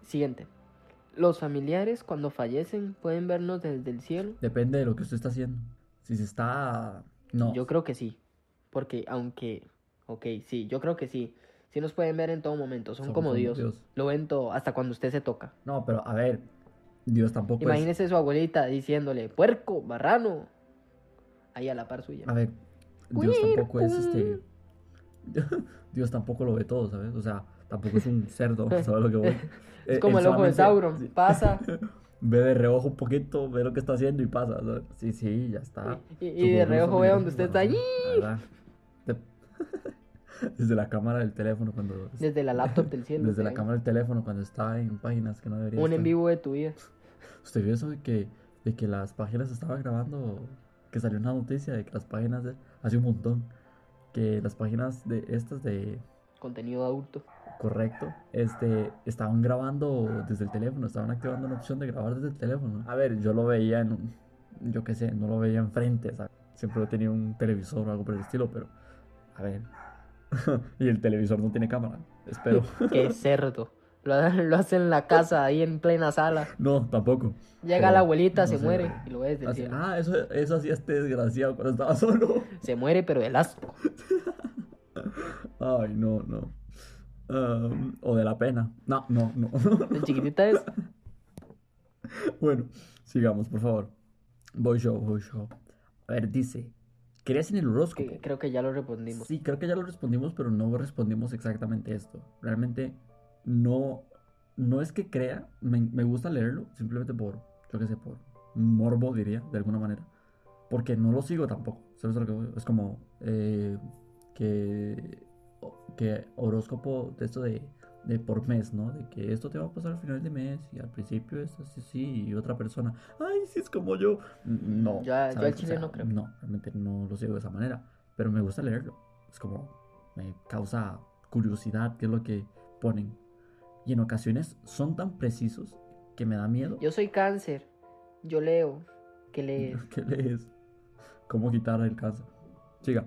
Speaker 2: Siguiente. Los familiares cuando fallecen pueden vernos desde el cielo.
Speaker 1: Depende de lo que usted está haciendo. Si se está. No.
Speaker 2: Yo creo que sí. Porque aunque... Ok, sí, yo creo que sí. Sí nos pueden ver en todo momento. Son,
Speaker 1: Son
Speaker 2: como,
Speaker 1: como
Speaker 2: Dios.
Speaker 1: Dios.
Speaker 2: Lo ven todo, hasta cuando usted se toca.
Speaker 1: No, pues. pero a ver. Dios tampoco es-
Speaker 2: Imagínese su abuelita diciéndole, puerco, barrano. Ahí a la par suya.
Speaker 1: A ver, Dios tampoco es este.
Speaker 2: Cuerpo.
Speaker 1: Dios tampoco lo ve todo, ¿sabes? O sea, tampoco es un cerdo, ¿sabes lo que voy?
Speaker 2: Es
Speaker 1: Eh,
Speaker 2: como
Speaker 1: él
Speaker 2: el ojo de
Speaker 1: solamente-
Speaker 2: Sauron.
Speaker 1: sí,
Speaker 2: Pasa.
Speaker 1: Ve de reojo un poquito, ve lo que está haciendo y pasa, ¿sabes? Sí, sí, ya está.
Speaker 2: Y- y
Speaker 1: Su
Speaker 2: de
Speaker 1: gobierno
Speaker 2: reojo ve
Speaker 1: familiar,
Speaker 2: donde usted está
Speaker 1: bueno,
Speaker 2: allí.
Speaker 1: la verdad. De- Desde la cámara del teléfono cuando.
Speaker 2: Desde la laptop del cielo.
Speaker 1: ¿eh? Desde la
Speaker 2: ¿sí?
Speaker 1: cámara del teléfono cuando está en páginas que no debería
Speaker 2: Un
Speaker 1: estar.
Speaker 2: en vivo de tu vida.
Speaker 1: ¿Usted vio eso de que, de que las páginas estaban grabando? Que salió una noticia de que las páginas de- hace un montón. Que las páginas de estas de
Speaker 2: Contenido adulto.
Speaker 1: correcto, este, estaban grabando desde el teléfono, estaban activando una opción de grabar desde el teléfono. A ver, yo lo veía en, un- yo qué sé, no lo veía enfrente, ¿sabes? Siempre tenía un televisor o algo por el estilo, pero, a ver. y el televisor no tiene cámara, espero.
Speaker 2: Qué cerdo. Lo, lo hace en la casa, ahí en plena sala.
Speaker 1: No, tampoco.
Speaker 2: Llega
Speaker 1: Pero,
Speaker 2: la abuelita,
Speaker 1: no
Speaker 2: se
Speaker 1: sé.
Speaker 2: muere y lo ves del
Speaker 1: Así-
Speaker 2: cielo.
Speaker 1: ah, eso, eso hacía este desgraciado cuando estaba solo.
Speaker 2: Se muere, pero el asco.
Speaker 1: Ay, no, no. Um, o de la pena. No, no, no.
Speaker 2: Tan chiquitita es.
Speaker 1: Bueno, sigamos, por favor. Voy yo, voy yo. A ver, dice, ¿crees en el horóscopo?
Speaker 2: que creo que ya lo respondimos.
Speaker 1: Sí, creo que ya lo respondimos, pero no respondimos exactamente esto. Realmente no, no es que crea, me, me gusta leerlo, simplemente por, yo qué sé, por morbo, diría, de alguna manera. Porque no lo sigo tampoco. ¿sabes a lo que voy? Es como eh, que, que horóscopo de esto de, de por mes, ¿no? De que esto te va a pasar al final de mes y al principio es así, sí, y otra persona, ay, si es como yo. Mm, No.
Speaker 2: Ya- ya
Speaker 1: ¿sabes?
Speaker 2: el chile no creo.
Speaker 1: No, realmente no lo sigo de esa manera pero me gusta leerlo. Es como, me causa curiosidad qué es lo que ponen. Y en ocasiones son tan precisos que me da miedo.
Speaker 2: Yo soy cáncer. Yo leo. Que lees?
Speaker 1: ¿Qué lees? ¿Cómo quitar el cáncer? Siga.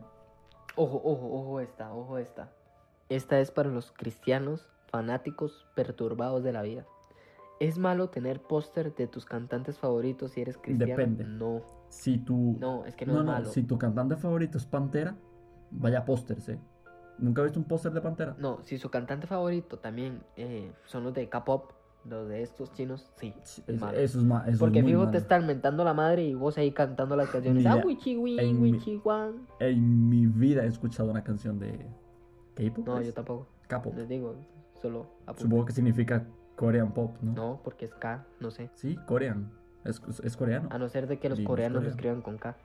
Speaker 2: Ojo, ojo, ojo esta, ojo esta. Esta es para los cristianos, fanáticos, perturbados de la vida. ¿Es malo tener póster de tus cantantes favoritos si eres cristiano?
Speaker 1: Depende.
Speaker 2: No,
Speaker 1: Si tu...
Speaker 2: no, es que no, es malo.
Speaker 1: si tu cantante favorito es Pantera, vaya pósters, ¿eh? ¿Nunca has visto un póster de Pantera?
Speaker 2: No, si su cantante favorito también eh, son los de K-pop, los de estos chinos, sí.
Speaker 1: Sí,
Speaker 2: es
Speaker 1: es-
Speaker 2: malo.
Speaker 1: Eso es ma- eso es
Speaker 2: Porque
Speaker 1: muy
Speaker 2: fijo
Speaker 1: malo.
Speaker 2: te están mentando la madre y vos ahí cantando las canciones.
Speaker 1: Mira,
Speaker 2: Ah, wichi, win,
Speaker 1: en mi-
Speaker 2: wichi, wan.
Speaker 1: En mi vida he escuchado una canción de K-pop.
Speaker 2: No,
Speaker 1: ¿es?
Speaker 2: yo tampoco.
Speaker 1: K-pop.
Speaker 2: Les digo, solo apunto.
Speaker 1: Pues, Supongo que significa Korean pop, ¿no?
Speaker 2: No, porque es K, no sé.
Speaker 1: Sí, Korean. Es, es coreano.
Speaker 2: A Ah, no ser de que los
Speaker 1: Dinos
Speaker 2: coreanos lo
Speaker 1: coreano.
Speaker 2: escriban con K.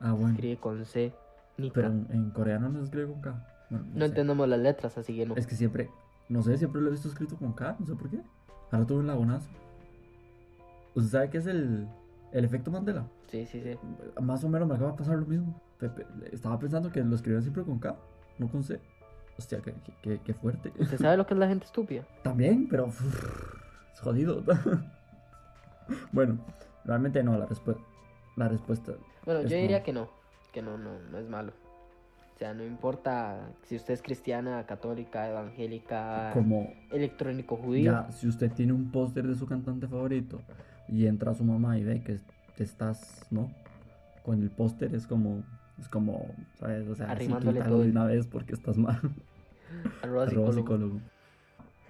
Speaker 1: Ah, bueno.
Speaker 2: escribe con C. Ni
Speaker 1: Pero
Speaker 2: K.
Speaker 1: en, en coreano no se escribe con K. Bueno, no
Speaker 2: No
Speaker 1: sé.
Speaker 2: entendemos las letras, así que no.
Speaker 1: Es que siempre, no sé, siempre lo he visto escrito con K, no sé por qué. Ahora tuve un lagonazo. ¿Usted sabe qué es el, el efecto Mandela?
Speaker 2: Sí, sí, sí.
Speaker 1: Más o menos me acaba de pasar lo mismo. Pe- pe- Estaba pensando que lo escribían siempre con K, no con C. Hostia, qué, qué- qué- qué fuerte.
Speaker 2: ¿Usted sabe lo que es la gente estúpida?
Speaker 1: También, pero es jodido. bueno, realmente no, la respuesta. La respuesta.
Speaker 2: Bueno,
Speaker 1: Es
Speaker 2: yo diría
Speaker 1: malo.
Speaker 2: que no. Que no, no, no es malo. O sea, no importa si usted es cristiana, católica, evangélica,
Speaker 1: Como
Speaker 2: electrónico judío.
Speaker 1: Ya, si usted tiene un póster de su cantante favorito y entra su mamá y ve que te estás, ¿no? Con el póster es como, es como, ¿sabes? O sea, así
Speaker 2: Arrimándole
Speaker 1: quítalo
Speaker 2: todo.
Speaker 1: de una vez porque estás mal.
Speaker 2: Arroba
Speaker 1: Arroba
Speaker 2: psicólogo.
Speaker 1: psicólogo.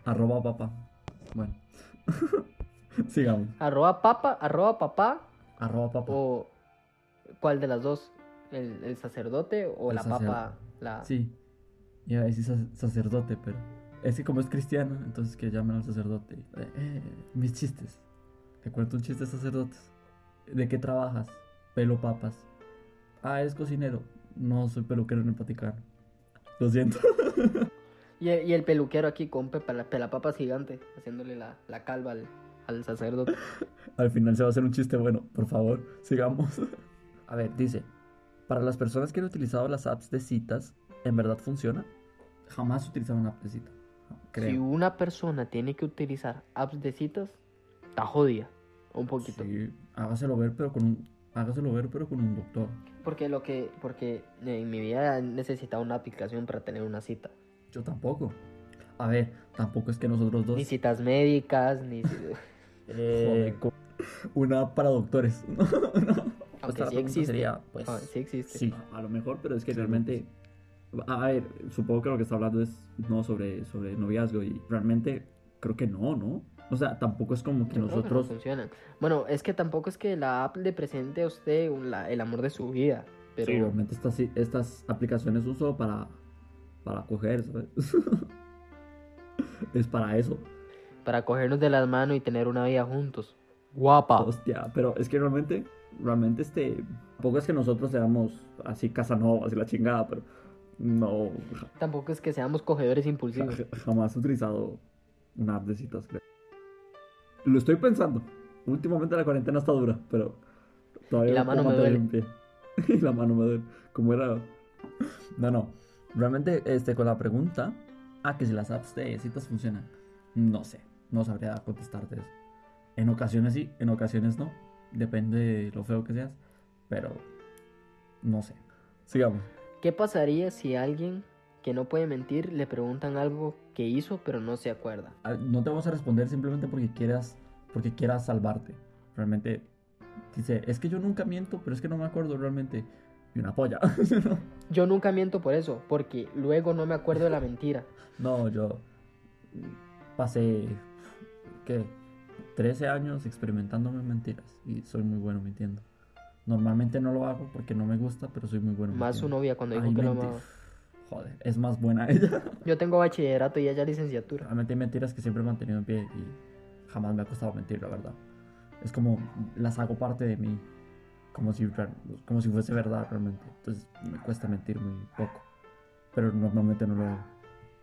Speaker 1: Arroba papá. Bueno. Sigamos.
Speaker 2: Arroba papa, arroba papá.
Speaker 1: Arroba papá.
Speaker 2: O cuál de las dos, el, el sacerdote o
Speaker 1: El
Speaker 2: la
Speaker 1: sacer-
Speaker 2: papa, la
Speaker 1: Sí. Iba a decir sac- sacerdote, pero es que como es cristiano, entonces que llamen al sacerdote. Eh, eh, mis chistes. Te cuento un chiste de sacerdotes. ¿De qué trabajas? Pelo papas. Ah, eres cocinero. No, soy peluquero en el Vaticano. Lo siento.
Speaker 2: y, el, y el peluquero aquí con pepa, la pelapapas gigante, haciéndole la, la calva al, al sacerdote.
Speaker 1: Al final se va a hacer un chiste bueno. Por favor, sigamos. A ver, dice. Para las personas que han utilizado las apps de citas, ¿en verdad funciona? Jamás he utilizado una app de cita.
Speaker 2: Si
Speaker 1: Creo.
Speaker 2: una persona tiene que utilizar apps de citas, está jodida. Un poquito.
Speaker 1: Sí, hágaselo ver, pero con un, hágaselo ver, pero con un doctor.
Speaker 2: Porque lo que. Porque en mi vida he necesitado una aplicación para tener una cita.
Speaker 1: Yo tampoco. A ver, tampoco es que nosotros dos.
Speaker 2: Ni citas médicas, ni.
Speaker 1: eh, co- una para doctores. No, no. O
Speaker 2: Aunque
Speaker 1: sea, la
Speaker 2: sí
Speaker 1: pregunta
Speaker 2: existe.
Speaker 1: sería, pues,
Speaker 2: Ah, sí existe.
Speaker 1: sí, a lo mejor, pero es que realmente. A a ver, supongo que lo que está hablando es no sobre, sobre noviazgo y realmente creo que no, ¿no? O sea, tampoco es como que
Speaker 2: Yo creo que no
Speaker 1: nosotros.
Speaker 2: funcionan. Bueno, es que tampoco es que la app le presente a usted un- la- el amor de su vida. Pero.
Speaker 1: Sí, realmente estas, estas aplicaciones son solo para, para coger, ¿sabes? es para eso.
Speaker 2: Para cogernos de las manos y tener una vida juntos. Guapa.
Speaker 1: Hostia, pero es que realmente, realmente este, tampoco es que nosotros seamos así casanovas y la chingada, pero no, ja-
Speaker 2: Tampoco es que seamos cogedores impulsivos.
Speaker 1: ja- jamás he utilizado una app de citas, creo. Lo estoy pensando. Últimamente la cuarentena está dura, pero todavía
Speaker 2: Y la
Speaker 1: no puedo
Speaker 2: mano me
Speaker 1: mantener en pie. y la mano me duele. Como era. No, no. Realmente, este, con la pregunta, ah, que si las apps de citas funcionan, no sé, no sabría contestarte eso. En ocasiones sí, en ocasiones no. Depende de lo feo que seas, pero no sé. Sigamos.
Speaker 2: ¿Qué pasaría si alguien que no puede mentir, le preguntan algo que hizo pero no se acuerda.
Speaker 1: Ah, No te vamos a responder simplemente porque quieras, porque quieras salvarte. Realmente dice, es que yo nunca miento, pero es que no me acuerdo realmente. Y una polla.
Speaker 2: Yo nunca miento por eso, porque luego no me acuerdo de la mentira.
Speaker 1: no, yo pasé, ¿qué? 13 años experimentándome en mentiras y soy muy bueno mintiendo. Normalmente no lo hago porque no me gusta, pero soy muy bueno
Speaker 2: Más su
Speaker 1: mintiendo.
Speaker 2: novia cuando dijo
Speaker 1: Ay,
Speaker 2: que lo
Speaker 1: menti-
Speaker 2: amaba.
Speaker 1: Joder, es más buena ella.
Speaker 2: Yo tengo bachillerato y ella licenciatura.
Speaker 1: Realmente hay mentiras que siempre he mantenido en pie y jamás me ha costado mentir, la verdad. Es como las hago parte de mí, como si, real- como si fuese verdad realmente. Entonces me cuesta mentir muy poco, pero normalmente no lo hago.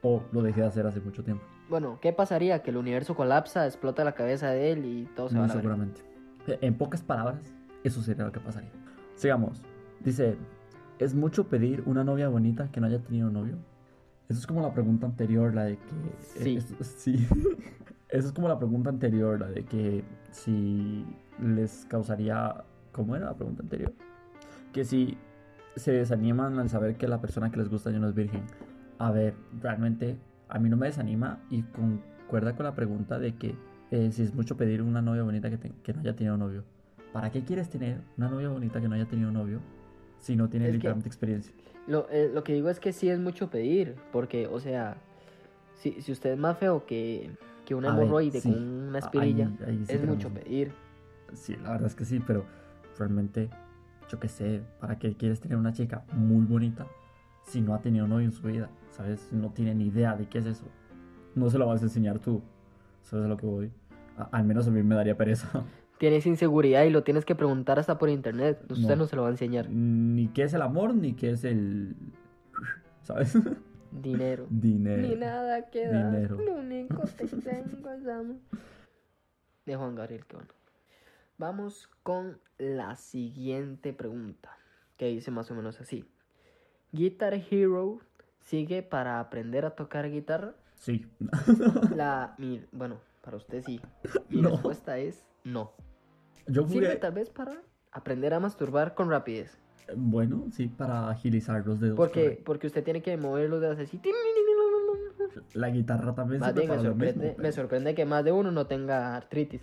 Speaker 1: O lo dejé de hacer hace mucho tiempo,
Speaker 2: Bueno, ¿qué pasaría? Que el universo colapsa, explota la cabeza de él y todo se va
Speaker 1: muy
Speaker 2: a la verga.
Speaker 1: seguramente. E- En pocas palabras, eso sería lo que pasaría. Sigamos. Dice, ¿es mucho pedir una novia bonita que no haya tenido novio? Eso es como la pregunta anterior, la de que... eh,
Speaker 2: Sí.
Speaker 1: es- sí. Eso es como la pregunta anterior, la de que si les causaría... ¿Cómo era la pregunta anterior? Que si se desaniman al saber que la persona que les gusta ya no es virgen. A ver, realmente a mí no me desanima y concuerda con la pregunta de que eh, si es mucho pedir una novia bonita que, te- que no haya tenido novio. ¿Para qué quieres tener una novia bonita que no haya tenido novio si no tiene
Speaker 2: Es que-
Speaker 1: literalmente experiencia?
Speaker 2: Lo, eh, lo que digo es que sí es mucho pedir, porque, o sea, si, si usted es más feo que, que un
Speaker 1: A ver,
Speaker 2: hemorroide
Speaker 1: sí.
Speaker 2: con una
Speaker 1: Ahí-
Speaker 2: espirilla,
Speaker 1: Ah, ahí sí
Speaker 2: es
Speaker 1: tenemos
Speaker 2: mucho
Speaker 1: un-
Speaker 2: pedir.
Speaker 1: Sí, la verdad es que sí, pero realmente, yo qué sé, ¿para qué quieres tener una chica muy bonita si no ha tenido novio en su vida? ¿Sabes? No tiene ni idea de qué es eso. No se lo vas a enseñar tú. ¿Sabes a lo que voy? A- al menos a mí me daría pereza.
Speaker 2: Tienes inseguridad y lo tienes que preguntar hasta por internet. Usted
Speaker 1: No.
Speaker 2: no, se lo va a enseñar.
Speaker 1: ni qué es el amor, ni qué es el... ¿Sabes?
Speaker 2: Dinero.
Speaker 1: Dinero.
Speaker 2: nada que
Speaker 1: dar, dinero. lo
Speaker 2: único que tengo es amor. De Juan Gabriel, qué bueno. Vamos con la siguiente pregunta, que dice más o menos así. Guitar Hero sigue para aprender a tocar guitarra.
Speaker 1: Sí.
Speaker 2: La, mi- bueno, para usted sí. Mi
Speaker 1: No.
Speaker 2: respuesta es no.
Speaker 1: Yo
Speaker 2: Sirve
Speaker 1: jugué...
Speaker 2: tal vez para aprender a masturbar con rapidez.
Speaker 1: Bueno, sí, para agilizar los dedos.
Speaker 2: Porque, porque usted tiene que mover los dedos así.
Speaker 1: correcto. La guitarra también
Speaker 2: Más
Speaker 1: sirve
Speaker 2: bien, me
Speaker 1: para lo mismo, pues.
Speaker 2: sorprende, me
Speaker 1: pero-
Speaker 2: sorprende que más de uno no tenga artritis.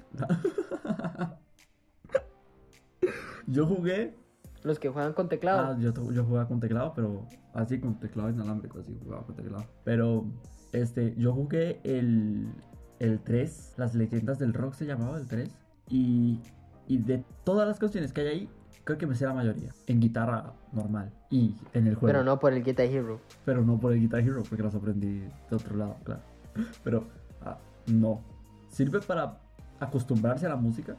Speaker 1: Yo jugué
Speaker 2: Los que juegan con teclado.
Speaker 1: Ah, yo, to- yo jugaba con teclado, pero así con teclado inalámbrico, así jugaba con teclado. Pero este, yo jugué el, el 3, las leyendas del rock se llamaba el 3. Y, y de todas las canciones que hay ahí, creo que me sé la mayoría. En guitarra normal y en el juego.
Speaker 2: pero no por el Guitar Hero.
Speaker 1: Pero no por el Guitar Hero, porque las aprendí de otro lado, claro. Pero ah, no. Sirve para acostumbrarse a la música,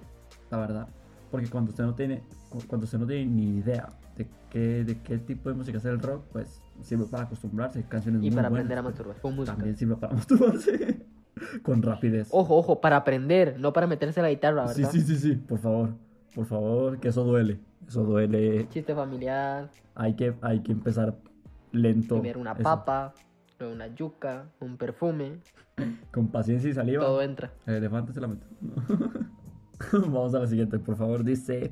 Speaker 1: la verdad. Porque cuando usted no tiene, cu- cuando usted no tiene ni idea de qué, de qué tipo de música es el rock, pues sirve para acostumbrarse. Hay Canciones
Speaker 2: Y
Speaker 1: muy
Speaker 2: para
Speaker 1: buenas,
Speaker 2: aprender a
Speaker 1: pero
Speaker 2: masturbar con música.
Speaker 1: También sirve para masturbarse con rapidez.
Speaker 2: Ojo, ojo, para aprender, no para meterse la guitarra,
Speaker 1: sí,
Speaker 2: ¿verdad?
Speaker 1: sí, sí, sí, por favor. Por favor, que eso duele. Eso duele.
Speaker 2: Chiste familiar,
Speaker 1: Hay que, hay que empezar lento.
Speaker 2: primero una
Speaker 1: Eso.
Speaker 2: papa, luego una yuca, un perfume,
Speaker 1: Con paciencia y saliva.
Speaker 2: todo entra.
Speaker 1: El elefante se Eh, la metió. Vamos a la siguiente, por favor. Dice.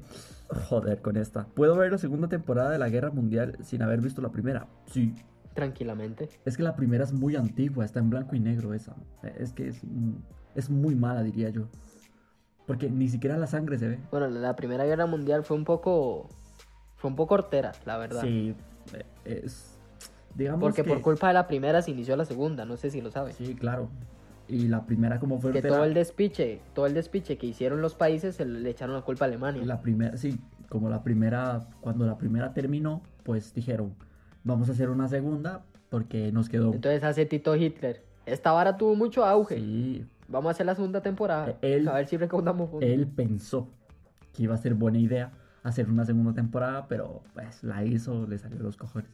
Speaker 1: Joder, con esta. ¿Puedo ver la segunda temporada de la Guerra Mundial sin haber visto la primera? Sí.
Speaker 2: Tranquilamente.
Speaker 1: Es que la primera es muy antigua, está en blanco y negro esa. Eh, Es que es, mm, es muy mala, diría yo. Porque ni siquiera la sangre se ve.
Speaker 2: Bueno, la Primera Guerra Mundial fue un poco. Fue un poco hortera, la verdad.
Speaker 1: Sí. eh, Es, digamos
Speaker 2: Porque
Speaker 1: que-
Speaker 2: por culpa de la primera se inició la segunda, no sé si lo sabes.
Speaker 1: Sí, claro. Y la primera como fue...
Speaker 2: que
Speaker 1: hortera,
Speaker 2: todo el despiche, todo el despiche que hicieron los países se le echaron la culpa a Alemania.
Speaker 1: La primera, sí, como la primera, cuando la primera terminó, pues dijeron, vamos a hacer una segunda porque nos quedó.
Speaker 2: Entonces hace Tito Hitler. Esta vara tuvo mucho auge.
Speaker 1: Sí,
Speaker 2: Vamos a hacer la segunda temporada.
Speaker 1: Eh, él-
Speaker 2: a ver si recaudamos fondos.
Speaker 1: él pensó que iba a ser buena idea hacer una segunda temporada, pero pues la hizo, le salió los cojones.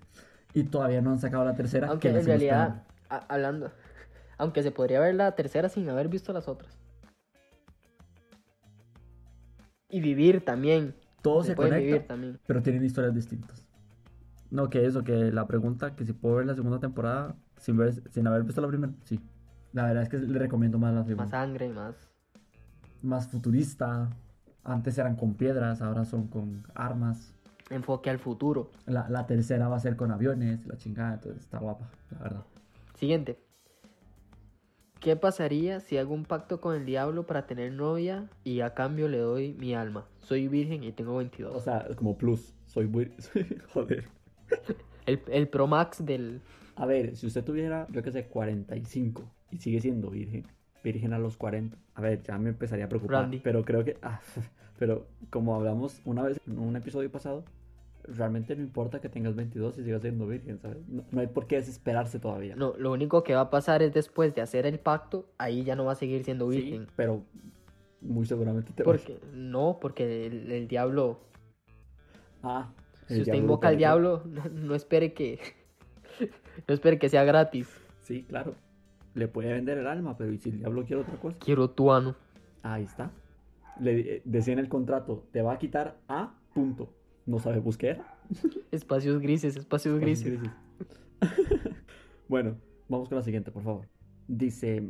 Speaker 1: Y todavía no han sacado la tercera.
Speaker 2: Aunque
Speaker 1: que la
Speaker 2: en
Speaker 1: sigo
Speaker 2: realidad,
Speaker 1: esperando.
Speaker 2: a- hablando, aunque se podría ver la tercera sin haber visto las otras. Y vivir también.
Speaker 1: Todo
Speaker 2: se
Speaker 1: se
Speaker 2: puede
Speaker 1: conecta,
Speaker 2: vivir también.
Speaker 1: pero tienen historias distintas. No, que eso, que la pregunta, que si puedo ver la segunda temporada sin, ver, sin haber visto la primera, sí. La verdad es que le recomiendo más la segunda.
Speaker 2: Más sangre, más.
Speaker 1: más futurista. Antes eran con piedras, ahora son con armas.
Speaker 2: enfoque al futuro.
Speaker 1: La, la tercera va a ser con aviones, la chingada, entonces está guapa, la verdad.
Speaker 2: Siguiente. ¿Qué pasaría si hago un pacto con el diablo para tener novia y a cambio le doy mi alma? Soy virgen y tengo 22.
Speaker 1: O sea, como plus, soy muy... Joder.
Speaker 2: el, el Pro Max del...
Speaker 1: A ver, si usted tuviera, yo qué sé, 45 y sigue siendo virgen, virgen a los 40, a ver, ya me empezaría a preocupar.
Speaker 2: Randy.
Speaker 1: Pero creo que, ah, pero como hablamos una vez en un episodio pasado, realmente no importa que tengas 22 y sigas siendo virgen, ¿sabes? No, no hay por qué desesperarse todavía.
Speaker 2: No, lo único que va a pasar es después de hacer el pacto, ahí ya no va a seguir siendo
Speaker 1: Sí,
Speaker 2: virgen.
Speaker 1: pero muy seguramente te vas-
Speaker 2: Porque, no, porque el, el diablo,
Speaker 1: Ah, el
Speaker 2: si usted
Speaker 1: diablo
Speaker 2: invoca al
Speaker 1: también.
Speaker 2: diablo, no, no espere que no espere que sea gratis.
Speaker 1: Sí, claro. Le puede vender el alma, pero ¿y si el diablo quiere otra cosa?
Speaker 2: Quiero tu ano.
Speaker 1: Ahí está. Le eh, decía en el contrato, te va a quitar a punto. No sabe buscar.
Speaker 2: Espacios grises, espacios grises.
Speaker 1: bueno, vamos con la siguiente, por favor. Dice,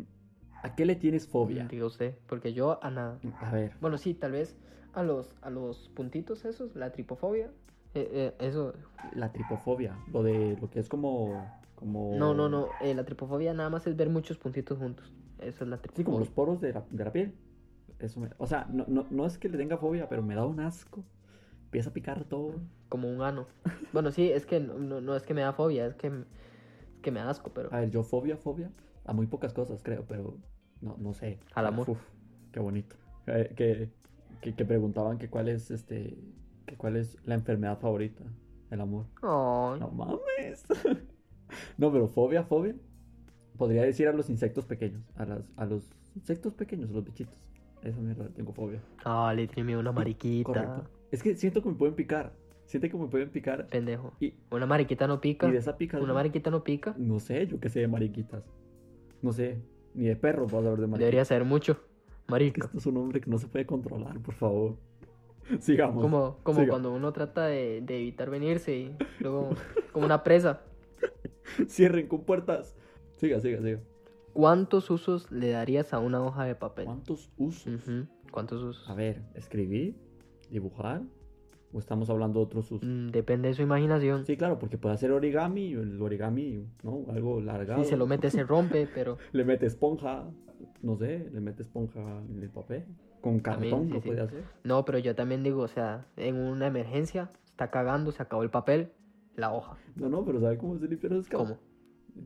Speaker 1: ¿a qué le tienes fobia?
Speaker 2: Diga usted, porque yo a nada.
Speaker 1: A ver,
Speaker 2: Bueno, sí, tal vez a los, a los puntitos esos, la tripofobia. eh, eh, eso,
Speaker 1: la tripofobia, lo de lo que es como... como...
Speaker 2: no, no, no. eh, la tripofobia nada más es ver muchos puntitos juntos. Eso es la
Speaker 1: Sí, como
Speaker 2: tripofobia.
Speaker 1: los poros de la, de la piel. Eso me- O sea, no, no, no es que le tenga fobia, pero me da un asco. Empieza a picar todo.
Speaker 2: Como un ano. Bueno, sí, es que no, no- no es que me da fobia, es que, es que me da asco, pero.
Speaker 1: A ver, yo fobia, fobia, a muy pocas cosas creo, pero no, no sé.
Speaker 2: Al amor.
Speaker 1: Uf, qué bonito. Eh, que, que, que preguntaban que cuál es este que cuál es la enfermedad favorita, el amor.
Speaker 2: Ay,
Speaker 1: No mames. No, pero fobia, fobia. Podría decir a los insectos pequeños, a, las, a los insectos pequeños, los bichitos. Esa mierda, le tengo fobia.
Speaker 2: Ah, le tiene miedo a una mariquita.
Speaker 1: Correcto. Es que siento que me pueden picar. Siento que me pueden picar.
Speaker 2: Pendejo.
Speaker 1: Y, y
Speaker 2: Una mariquita no pica.
Speaker 1: de esa pica.
Speaker 2: Una mariquita no pica.
Speaker 1: No sé, yo qué sé de mariquitas. No sé, ni de perros vas a ver de mariquitas.
Speaker 2: Debería ser mucho.
Speaker 1: que
Speaker 2: Marica.
Speaker 1: esto es un hombre que no se puede controlar, por favor. Sigamos.
Speaker 2: Como, como
Speaker 1: siga.
Speaker 2: cuando uno trata de, de evitar venirse y luego como una presa.
Speaker 1: Cierren con puertas. Siga, siga, siga.
Speaker 2: ¿Cuántos usos le darías a una hoja de papel?
Speaker 1: ¿Cuántos Ah, usos?
Speaker 2: Ujú, ¿Cuántos usos?
Speaker 1: A ver, escribir, dibujar, o estamos hablando de otros usos.
Speaker 2: Mm, depende de su imaginación.
Speaker 1: Sí, claro, porque puede hacer origami, el origami, ¿no? Algo largado.
Speaker 2: Si se lo mete se rompe, pero
Speaker 1: Le mete esponja, no sé, le mete esponja en el papel. Con cartón
Speaker 2: También, sí,
Speaker 1: lo
Speaker 2: sí.
Speaker 1: puede hacer.
Speaker 2: no, pero yo también digo, o sea, en una emergencia está cagando, se acabó el papel, la hoja.
Speaker 1: No, no, pero ¿sabe cómo se limpian los escabos?
Speaker 2: ¿Cómo?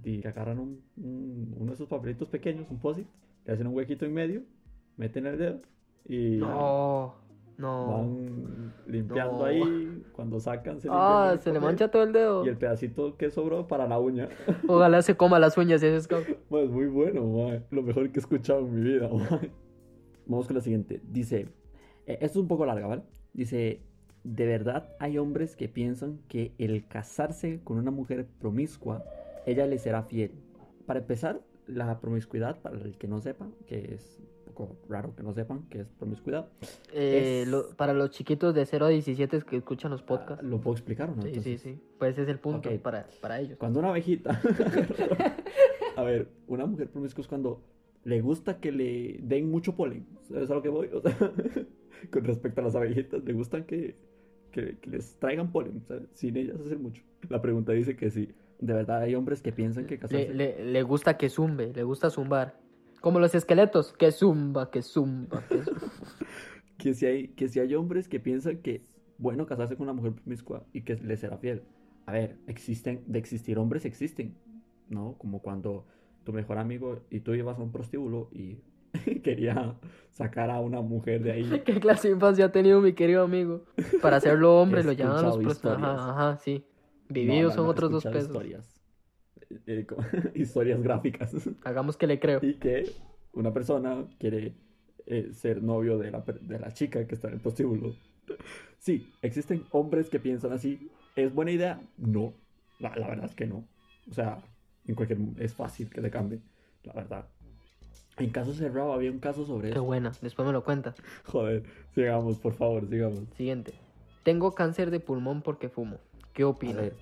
Speaker 1: y agarran un- un- uno de esos papelitos pequeños, un posit, le hacen un huequito en medio, meten el dedo y
Speaker 2: No, no.
Speaker 1: van limpiando
Speaker 2: No.
Speaker 1: ahí. Cuando sacan, se limpian
Speaker 2: Ah,
Speaker 1: el
Speaker 2: se le
Speaker 1: papel
Speaker 2: mancha todo el dedo.
Speaker 1: Y el pedacito que sobró para la uña.
Speaker 2: Ojalá se coma las uñas ese escabo.
Speaker 1: Mae, es muy bueno, mae. lo mejor que he escuchado en mi vida. mae. Vamos con la siguiente. Dice: eh, Esto es un poco larga, ¿vale? Dice: De verdad hay hombres que piensan que el casarse con una mujer promiscua, ella le será fiel. Para empezar, la promiscuidad, para el que no sepa, que es un poco raro que no sepan que es promiscuidad,
Speaker 2: Eh,
Speaker 1: Es-
Speaker 2: lo- para los chiquitos de 0 a 17 que escuchan los
Speaker 1: ah,
Speaker 2: podcasts.
Speaker 1: lo puedo explicar, ¿o ¿no?
Speaker 2: sí, sí,
Speaker 1: Entonces,
Speaker 2: sí. Pues ese es el punto
Speaker 1: Ok.
Speaker 2: para, para ellos.
Speaker 1: Cuando una abejita. a ver, una mujer promiscua es cuando le gusta que le den mucho polen. ¿Sabes a lo que voy? O sea, con respecto a las abejitas, le gustan que, que, que les traigan polen. ¿sabes? Sin ellas hacer mucho. La pregunta dice que sí. De verdad, hay hombres que piensan que casarse.
Speaker 2: Le, le- le gusta que zumbe, le gusta zumbar. Como los esqueletos, que zumba, que zumba. que zumba.
Speaker 1: Que, si hay, que si hay hombres que piensan que bueno casarse con una mujer promiscua y que le será fiel. A ver, existen, de existir hombres existen, ¿no? Como cuando tu mejor amigo y tú ibas a un prostíbulo y quería sacar a una mujer de ahí.
Speaker 2: ¿Qué clase de infancia ha tenido mi querido amigo? Para hacerlo hombre
Speaker 1: He
Speaker 2: lo llaman a los
Speaker 1: escuchado
Speaker 2: prost-
Speaker 1: historias.
Speaker 2: Ajá, ajá, sí. Vividos
Speaker 1: No, no,
Speaker 2: son
Speaker 1: no,
Speaker 2: otros dos
Speaker 1: escuchar
Speaker 2: pesos.
Speaker 1: Historias, Eh, como- historias gráficas.
Speaker 2: Hagamos que le creo.
Speaker 1: Y que una persona quiere eh, ser novio de la, per- de la chica que está en el prostíbulo. Sí, existen hombres que piensan así. ¿Es buena idea? No. La, la verdad es que no. O sea, en cualquier mo- es fácil que te cambie. La verdad. En caso cerrado había un caso sobre
Speaker 2: Qué
Speaker 1: eso.
Speaker 2: buena, después me lo cuenta.
Speaker 1: Joder, sigamos, por favor, sigamos.
Speaker 2: Siguiente. Tengo cáncer de pulmón porque fumo. ¿Qué
Speaker 1: A
Speaker 2: opina?
Speaker 1: ver,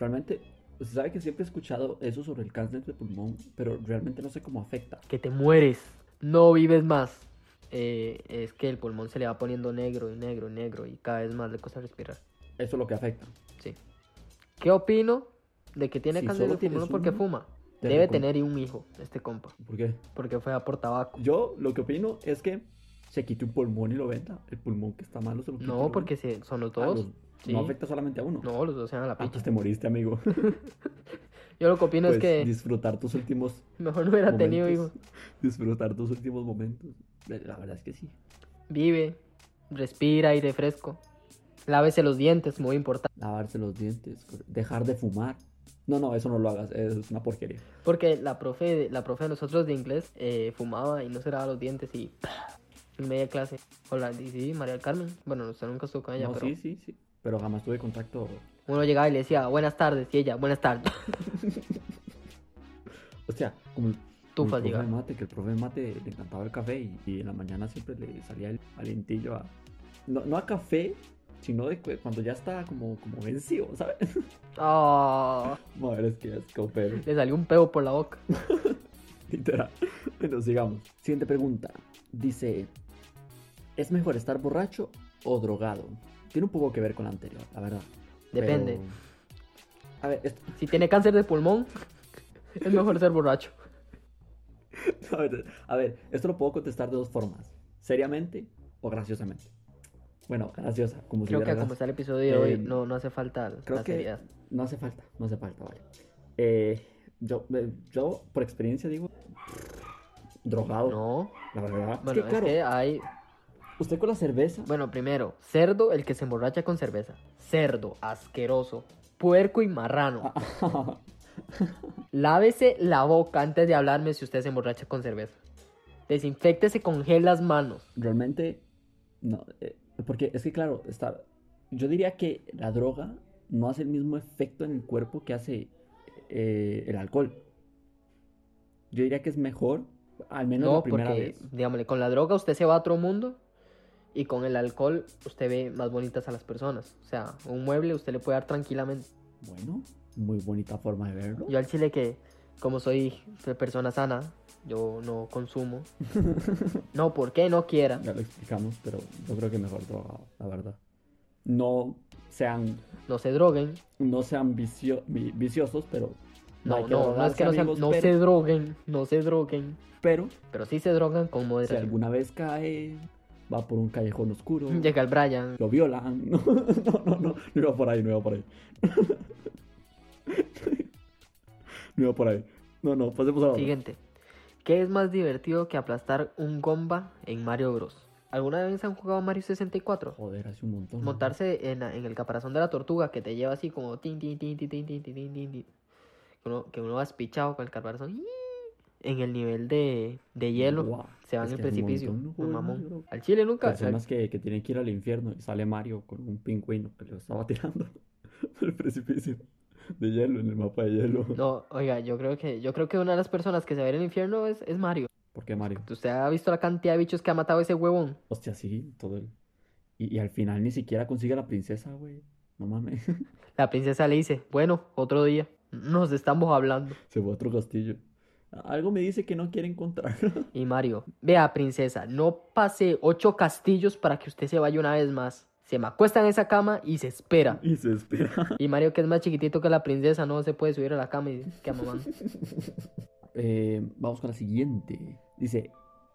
Speaker 1: realmente, usted sabe que siempre he escuchado eso sobre el cáncer de pulmón, pero realmente no sé cómo afecta.
Speaker 2: Que te mueres, no vives más. Eh, es que el pulmón se le va poniendo negro y negro y negro y cada vez más le cuesta respirar.
Speaker 1: Eso es lo que afecta.
Speaker 2: ¿Qué opino de que tiene
Speaker 1: Si
Speaker 2: cáncer
Speaker 1: solo
Speaker 2: de pulmón
Speaker 1: tienes
Speaker 2: porque
Speaker 1: uno,
Speaker 2: fuma?
Speaker 1: te
Speaker 2: Debe
Speaker 1: recom-
Speaker 2: tener un hijo, este compa,
Speaker 1: ¿Por qué?
Speaker 2: porque fue a por tabaco.
Speaker 1: Yo lo que opino es que se quite un pulmón y lo venda. El pulmón que está malo se lo quita.
Speaker 2: No, porque se- son los dos. sí.
Speaker 1: No afecta solamente a uno.
Speaker 2: No, los dos se van a la
Speaker 1: Ah,
Speaker 2: picha.
Speaker 1: pues te moriste, amigo.
Speaker 2: Yo lo que opino es
Speaker 1: Pues,
Speaker 2: que
Speaker 1: disfrutar tus últimos
Speaker 2: mejor no hubiera tenido hijos.
Speaker 1: momentos. Disfrutar tus últimos momentos. Eh, La la verdad es que sí.
Speaker 2: Vive, respira aire fresco. Lávese los dientes, muy importante.
Speaker 1: Lavarse los dientes, cor- dejar de fumar. No, no, eso no lo hagas, es una porquería.
Speaker 2: Porque la profe, de- la profe de nosotros de inglés eh, fumaba y no se lavaba los dientes y en media clase. Hola, y sí, María del Carmen. Bueno, usted nunca estuvo con ella,
Speaker 1: no,
Speaker 2: Ah, pero
Speaker 1: sí, sí, sí. Pero jamás tuve contacto.
Speaker 2: uno llegaba y le decía, buenas tardes, y ella, buenas tardes.
Speaker 1: O sea, como el, como el
Speaker 2: Tufas
Speaker 1: profe de
Speaker 2: llegaba.
Speaker 1: mate, que el profe de mate le encantaba el café y, y en la mañana siempre le salía el alientillo a. No, no a café, sino de cu- cuando ya está como, como vencido, ¿sabes?
Speaker 2: Ah,
Speaker 1: Madre, es que asco, pero.
Speaker 2: le salió un peo por la boca.
Speaker 1: Literal. Bueno, sigamos. Siguiente pregunta. Dice, ¿es mejor estar borracho o drogado? Tiene un poco que ver con la anterior, la verdad.
Speaker 2: Depende.
Speaker 1: Pero- A ver, esto-
Speaker 2: Si tiene cáncer de pulmón, es mejor ser borracho.
Speaker 1: a, ver, a ver, esto lo puedo contestar de dos formas. Seriamente o graciosamente. Bueno, graciosa, como si
Speaker 2: Creo que
Speaker 1: hubiera
Speaker 2: a como
Speaker 1: gracia.
Speaker 2: está el episodio de
Speaker 1: Eh,
Speaker 2: hoy, no, no hace falta
Speaker 1: creo
Speaker 2: la
Speaker 1: que-
Speaker 2: seriedad.
Speaker 1: No hace falta, no hace falta, vale. Eh, yo, eh, yo, por experiencia, digo... Drogado,
Speaker 2: No.
Speaker 1: la verdad. Es
Speaker 2: Bueno,
Speaker 1: que,
Speaker 2: es
Speaker 1: claro,
Speaker 2: que hay
Speaker 1: usted con la cerveza...
Speaker 2: Bueno, primero, cerdo el que se emborracha con cerveza. Cerdo, asqueroso. Puerco y
Speaker 1: Ah.
Speaker 2: marrano. Lávese la boca antes de hablarme si usted se emborracha con cerveza. Desinféctese con gel las manos.
Speaker 1: realmente no eh, porque es que claro está yo diría que la droga no hace el mismo efecto en el cuerpo que hace eh, el alcohol yo diría que es mejor al menos la
Speaker 2: No,
Speaker 1: primera
Speaker 2: porque,
Speaker 1: vez
Speaker 2: digámosle, con la droga usted se va a otro mundo y con el alcohol usted ve más bonitas a las personas. O sea, un mueble usted le puede dar tranquilamente.
Speaker 1: bueno muy bonita forma de verlo
Speaker 2: Yo al chile que, como soy persona sana, yo no consumo. No, porque no quiera.
Speaker 1: ya lo explicamos pero yo creo que mejor drogado la verdad no sean
Speaker 2: No se droguen.
Speaker 1: no sean vicio- vi- viciosos pero hay
Speaker 2: No,
Speaker 1: que
Speaker 2: no, no
Speaker 1: drogarse,
Speaker 2: es que no, se,
Speaker 1: amigos,
Speaker 2: no
Speaker 1: pero-
Speaker 2: se droguen, no se droguen,
Speaker 1: pero
Speaker 2: pero sí se drogan con
Speaker 1: si
Speaker 2: moderación.
Speaker 1: alguna vez cae va por un callejón oscuro
Speaker 2: Llega el Brian,
Speaker 1: lo violan. No, no, no, no, no iba por ahí, no iba por ahí. No iba por ahí. No, no, pasemos a la otra.
Speaker 2: siguiente. ¿Qué es más divertido que aplastar un gomba en Mario Bros? ¿Alguna vez han jugado Mario 64?
Speaker 1: Joder, hace un montón.
Speaker 2: Montarse en, la- en el caparazón de la tortuga que te lleva así como tin, tin, tin, tin, tin, tin, tin, tin, tin, tin. Que uno, que uno va espichado con el caparazón. En el nivel de, de hielo.
Speaker 1: Guau,
Speaker 2: Se van
Speaker 1: es
Speaker 2: en el
Speaker 1: que hace un
Speaker 2: precipicio.
Speaker 1: montón, no
Speaker 2: el
Speaker 1: juego de Mario
Speaker 2: mamón.
Speaker 1: Bros.
Speaker 2: Al chile nunca. al-
Speaker 1: Personas que, que tienen que ir al infierno y sale Mario con un pingüino que lo estaba tirando al precipicio de hielo, en el mapa de hielo.
Speaker 2: No, oiga, yo creo que, yo creo que una de las personas que se va a ir al infierno es, es Mario.
Speaker 1: ¿Por qué Mario?
Speaker 2: ¿Usted ha visto la cantidad de bichos que ha matado ese huevón?
Speaker 1: Hostia, sí, todo el... Y, y al final ni siquiera consigue a la princesa, güey. No mames.
Speaker 2: La princesa le dice, bueno, otro día. Nos estamos hablando.
Speaker 1: Se fue a otro castillo. Algo me dice que no quiere encontrar.
Speaker 2: Y Mario, vea, princesa, no pase ocho castillos para que usted se vaya una vez más. Se me acuesta en esa cama y se espera.
Speaker 1: Y se espera.
Speaker 2: Y Mario, que es más chiquitito que la princesa, no se puede subir a la cama y dice, qué mamá.
Speaker 1: Eh, vamos con la siguiente. Dice,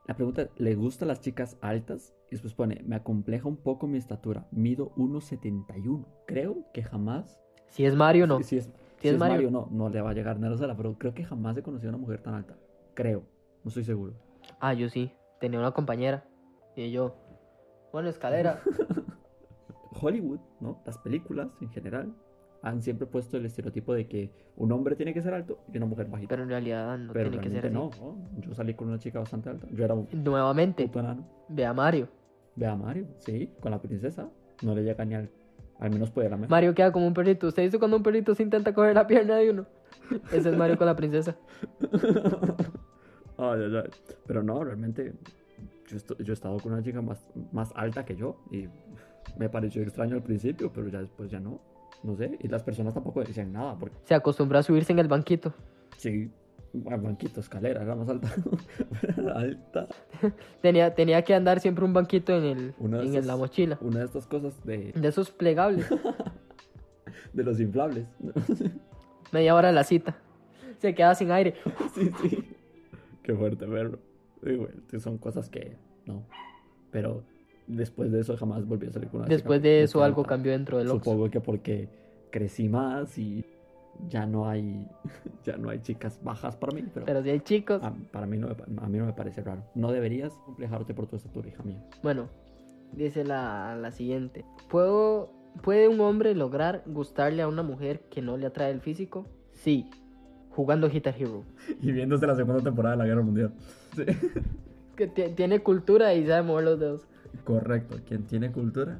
Speaker 1: la pregunta, ¿le gustan las chicas altas? Y después pone, me acompleja un poco mi estatura. Mido 1,71. Creo que jamás...
Speaker 2: Si es Mario, no.
Speaker 1: Si, si es, si
Speaker 2: es
Speaker 1: es
Speaker 2: Mario.
Speaker 1: Mario, no, no le va a llegar nada a la pero creo que jamás he conocido a una mujer tan alta. Creo, no estoy seguro.
Speaker 2: Ah, yo sí. Tenía una compañera. Y yo, bueno, escalera.
Speaker 1: Hollywood, ¿no? Las películas en general han siempre puesto el estereotipo de que un hombre tiene que ser alto y una mujer bajita.
Speaker 2: Pero en realidad no
Speaker 1: Pero
Speaker 2: tiene que ser así.
Speaker 1: realmente no, ¿no? Yo salí con una chica bastante alta. Yo era un
Speaker 2: Nuevamente,
Speaker 1: puto enano.
Speaker 2: vea Mario.
Speaker 1: Ve a Mario, sí, con la princesa. No le llega ni al. Al menos puede la mejor.
Speaker 2: Mario queda como un perrito. ¿Usted hizo cuando un perrito se intenta coger la pierna de uno? Ese es Mario con la princesa.
Speaker 1: Ay, ay, ay. Pero no, realmente. Yo, estu- yo he estado con una chica más, más alta que yo y me pareció extraño al principio, pero ya después ya no. No sé. Y las personas tampoco decían nada porque
Speaker 2: Se acostumbró a subirse en el banquito.
Speaker 1: sí, al banquito, escalera, era más alta. alta.
Speaker 2: Tenía, tenía que andar siempre un banquito en, el,
Speaker 1: Uno de
Speaker 2: en el- la
Speaker 1: esos-
Speaker 2: mochila.
Speaker 1: Una de estas cosas de.
Speaker 2: De esos plegables.
Speaker 1: de los inflables.
Speaker 2: Media hora de la cita. Se queda sin aire.
Speaker 1: Sí, sí. Qué fuerte verlo. Sí, güey, sí, son cosas que no. Pero después de eso jamás volví a salir con una chica.
Speaker 2: Después de eso
Speaker 1: Me
Speaker 2: algo
Speaker 1: encanta.
Speaker 2: cambió dentro del Oxxo.
Speaker 1: Supongo que porque crecí más y ya no hay ya no hay chicas bajas para mí, pero, Ah.
Speaker 2: Pero si hay chicos.
Speaker 1: a- para mí no me, pa- a mí no me parece raro. No deberías complejarte por tu estatura, hija mía.
Speaker 2: Bueno, dice la, la siguiente. ¿Puedo, ¿Puede un hombre lograr gustarle a una mujer que no le atrae el físico? Sí. Jugando Guitar Hero.
Speaker 1: Y viéndose la segunda temporada de la Guerra Mundial. Sí.
Speaker 2: Que tie- tiene cultura y sabe mover los dedos.
Speaker 1: Correcto, quien tiene cultura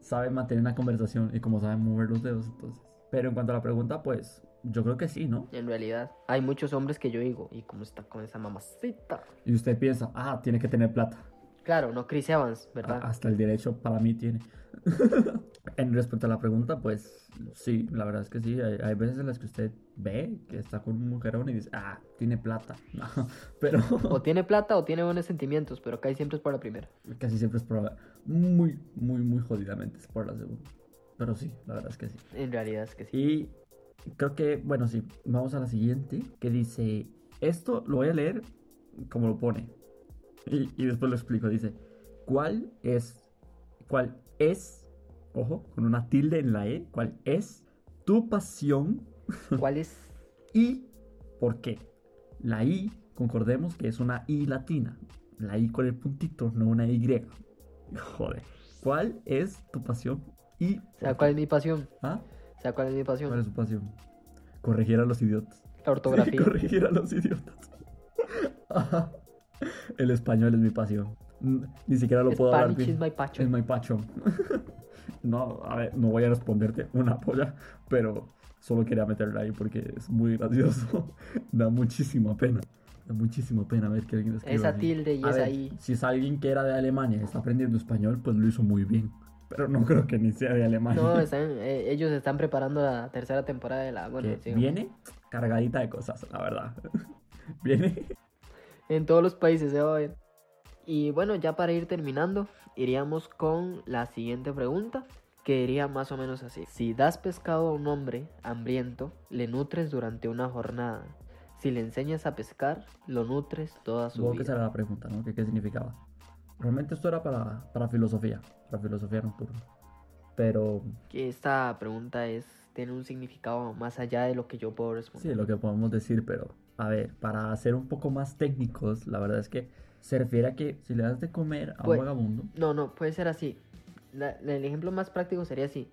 Speaker 1: sabe mantener una conversación y como sabe mover los dedos, entonces. Pero en cuanto a la pregunta, pues yo creo que sí, ¿no?
Speaker 2: En realidad, hay muchos hombres que yo digo, ¿y cómo está con esa mamacita?
Speaker 1: Y usted piensa, ah, tiene que tener plata.
Speaker 2: Claro, no Chris Evans,
Speaker 1: A-
Speaker 2: ¿verdad?
Speaker 1: Hasta el derecho para mí tiene. en respecto a la pregunta, pues sí, la verdad es que sí. Hay, hay veces en las que usted ve que está con un mujerón y dice, ah, tiene plata. No, pero
Speaker 2: O tiene plata o tiene buenos sentimientos, pero cae siempre es por la primera.
Speaker 1: casi siempre es por la- muy, muy, muy jodidamente es por la segunda. Pero sí, la verdad es que sí.
Speaker 2: En realidad es que sí.
Speaker 1: Y creo que, bueno, sí, vamos a la siguiente, que dice, esto lo voy a leer como lo pone. Y, y después lo explico, dice, ¿cuál es, cuál es, ojo, con una tilde en la E, cuál es tu pasión
Speaker 2: ¿Cuál es?
Speaker 1: y por qué? La I, concordemos que es una I latina, la I con el puntito, no una Y. Joder, ¿cuál es tu pasión y
Speaker 2: O
Speaker 1: por
Speaker 2: sea,
Speaker 1: qué?
Speaker 2: ¿cuál es mi pasión?
Speaker 1: ¿Ah?
Speaker 2: O sea, ¿cuál es mi
Speaker 1: ¿Cuál
Speaker 2: pasión?
Speaker 1: es su pasión? Corregir a los idiotas.
Speaker 2: La ortografía.
Speaker 1: Corregir a los idiotas. Ajá. El español es mi pasión. Mm, Ni siquiera lo puedo hablar.
Speaker 2: Spanish
Speaker 1: bien.
Speaker 2: is my passion.
Speaker 1: Es my passion. no, a ver, no voy a responderte una polla, pero solo quería meterla ahí porque es muy gracioso. da muchísima pena. Da muchísima pena ver que alguien escriba
Speaker 2: Esa
Speaker 1: así.
Speaker 2: tilde y
Speaker 1: A
Speaker 2: esa
Speaker 1: ver,
Speaker 2: I.
Speaker 1: Si es alguien que era de Alemania y está aprendiendo español, pues lo hizo muy bien. Pero no creo que ni sea de Alemania.
Speaker 2: No, están, eh, ellos están preparando la tercera temporada de la... Bueno,
Speaker 1: que
Speaker 2: sí,
Speaker 1: viene cargadita de cosas, la verdad. viene.
Speaker 2: en todos los países se va a ver. Y bueno, ya para ir terminando, iríamos con la siguiente pregunta, que iría más o menos así. Si das pescado a un hombre hambriento, le nutres durante una jornada. Si le enseñas a pescar, lo nutres toda su
Speaker 1: Supongo que esa
Speaker 2: vida.
Speaker 1: era la pregunta, ¿no? ¿Qué, qué significaba? Realmente esto era para, para filosofía, para filosofía nocturna. Pero
Speaker 2: Que esta pregunta es tiene un significado más allá de lo que yo puedo
Speaker 1: sí,
Speaker 2: responder.
Speaker 1: lo que podemos decir, pero a ver, para ser un poco más técnicos, la verdad es que se refiere a que si le das de comer a
Speaker 2: Pues-
Speaker 1: un vagabundo,
Speaker 2: No, no, puede ser así. La- el ejemplo más práctico sería así.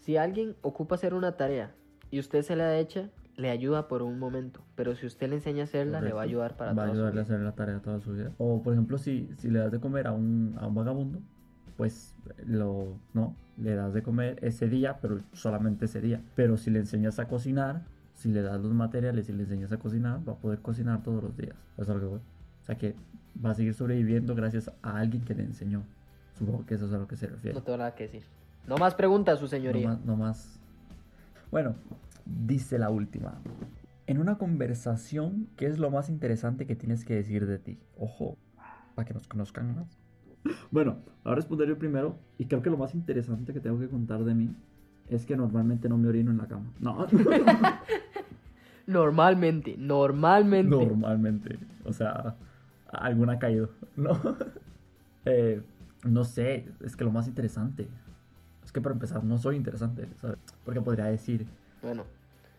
Speaker 2: Si alguien ocupa hacer una tarea y usted se la echa, le ayuda por un momento. Pero si usted le enseña a hacerla, le
Speaker 1: Correcto.
Speaker 2: va a ayudar
Speaker 1: va
Speaker 2: para
Speaker 1: a
Speaker 2: toda su
Speaker 1: ayudarle a
Speaker 2: vida.
Speaker 1: hacer la tarea toda su vida. O por ejemplo, si, si le das de comer a un, a un vagabundo, pues lo no, le das de comer ese día, pero solamente ese día. Pero si le enseñas a cocinar, si le das los materiales y le enseñas a cocinar, va a poder cocinar todos los días. Eso es lo que voy. O sea que va a seguir sobreviviendo gracias a alguien que le enseñó. Supongo que eso es a lo que se refiere.
Speaker 2: No tengo nada que decir. No más preguntas, su
Speaker 1: No
Speaker 2: señoría.
Speaker 1: más, no más. Bueno, dice la última. En una conversación, ¿qué es lo más interesante que tienes que decir de ti? Ojo, para que nos conozcan más. Bueno, ahora responderé yo primero. Y creo que lo más interesante que tengo que contar de mí es que normalmente no me orino en la cama. No,
Speaker 2: Normalmente, normalmente.
Speaker 1: normalmente. O sea, alguna ha caído. No, Eh, no sé, es que lo más interesante. Es que para empezar, no soy interesante, ¿sabes? Porque podría decir,
Speaker 2: Bueno,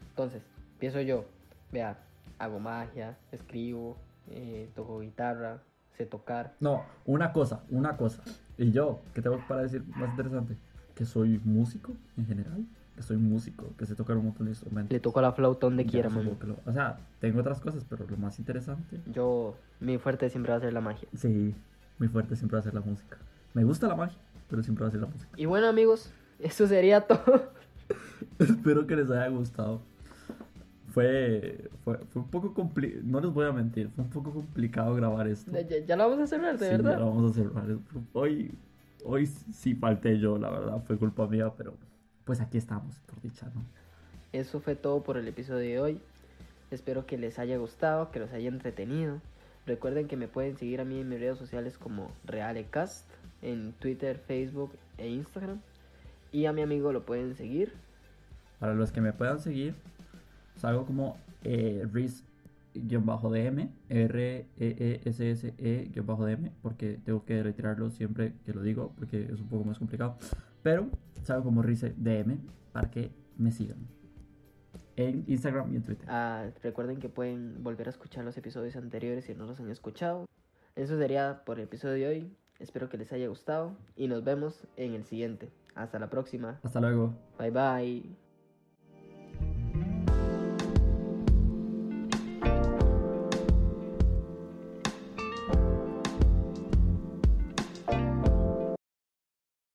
Speaker 2: entonces, pienso yo. Vea, hago magia, escribo, eh, toco guitarra, sé tocar.
Speaker 1: No, una cosa, una cosa. Y yo, ¿qué tengo para decir más interesante? Que soy músico en general, que soy músico, que sé tocar un montón de instrumentos.
Speaker 2: Le toco la flauta donde
Speaker 1: Ya,
Speaker 2: quiera, pues,
Speaker 1: supongo
Speaker 2: mami.
Speaker 1: que lo- O sea, tengo otras cosas, pero lo más interesante,
Speaker 2: Yo, mi fuerte siempre va a ser la magia.
Speaker 1: sí, muy fuerte siempre va a ser la música. Me gusta la magia, pero siempre va a ser la música.
Speaker 2: Y bueno, amigos, eso sería todo.
Speaker 1: Espero que les haya gustado. Fue, fue, fue un poco complicado, no les voy a mentir, fue un poco complicado grabar esto.
Speaker 2: Ya, ya- ya lo vamos a cerrar, de
Speaker 1: Sí,
Speaker 2: verdad.
Speaker 1: ya lo vamos a cerrar. Hoy, hoy sí falté yo, la verdad, fue culpa mía, pero pues aquí estamos, por dicha, ¿no?
Speaker 2: Eso fue todo por el episodio de hoy. Espero que les haya gustado, que los haya entretenido. Recuerden que me pueden seguir a mí en mis redes sociales como Realecast, en Twitter, Facebook e Instagram. Y a mi amigo lo pueden seguir
Speaker 1: Para los que me puedan seguir, salgo como eh, Riz-DM, E R-E-E-S-S-E-DM, porque tengo que retirarlo siempre que lo digo, porque es un poco más complicado. Pero salgo como Riz-DM para que me sigan en Instagram y en Twitter.
Speaker 2: Ah, recuerden que pueden volver a escuchar los episodios anteriores si no los han escuchado. Eso sería por el episodio de hoy. Espero que les haya gustado y nos vemos en el siguiente. Hasta la próxima.
Speaker 1: Hasta luego.
Speaker 2: Bye bye.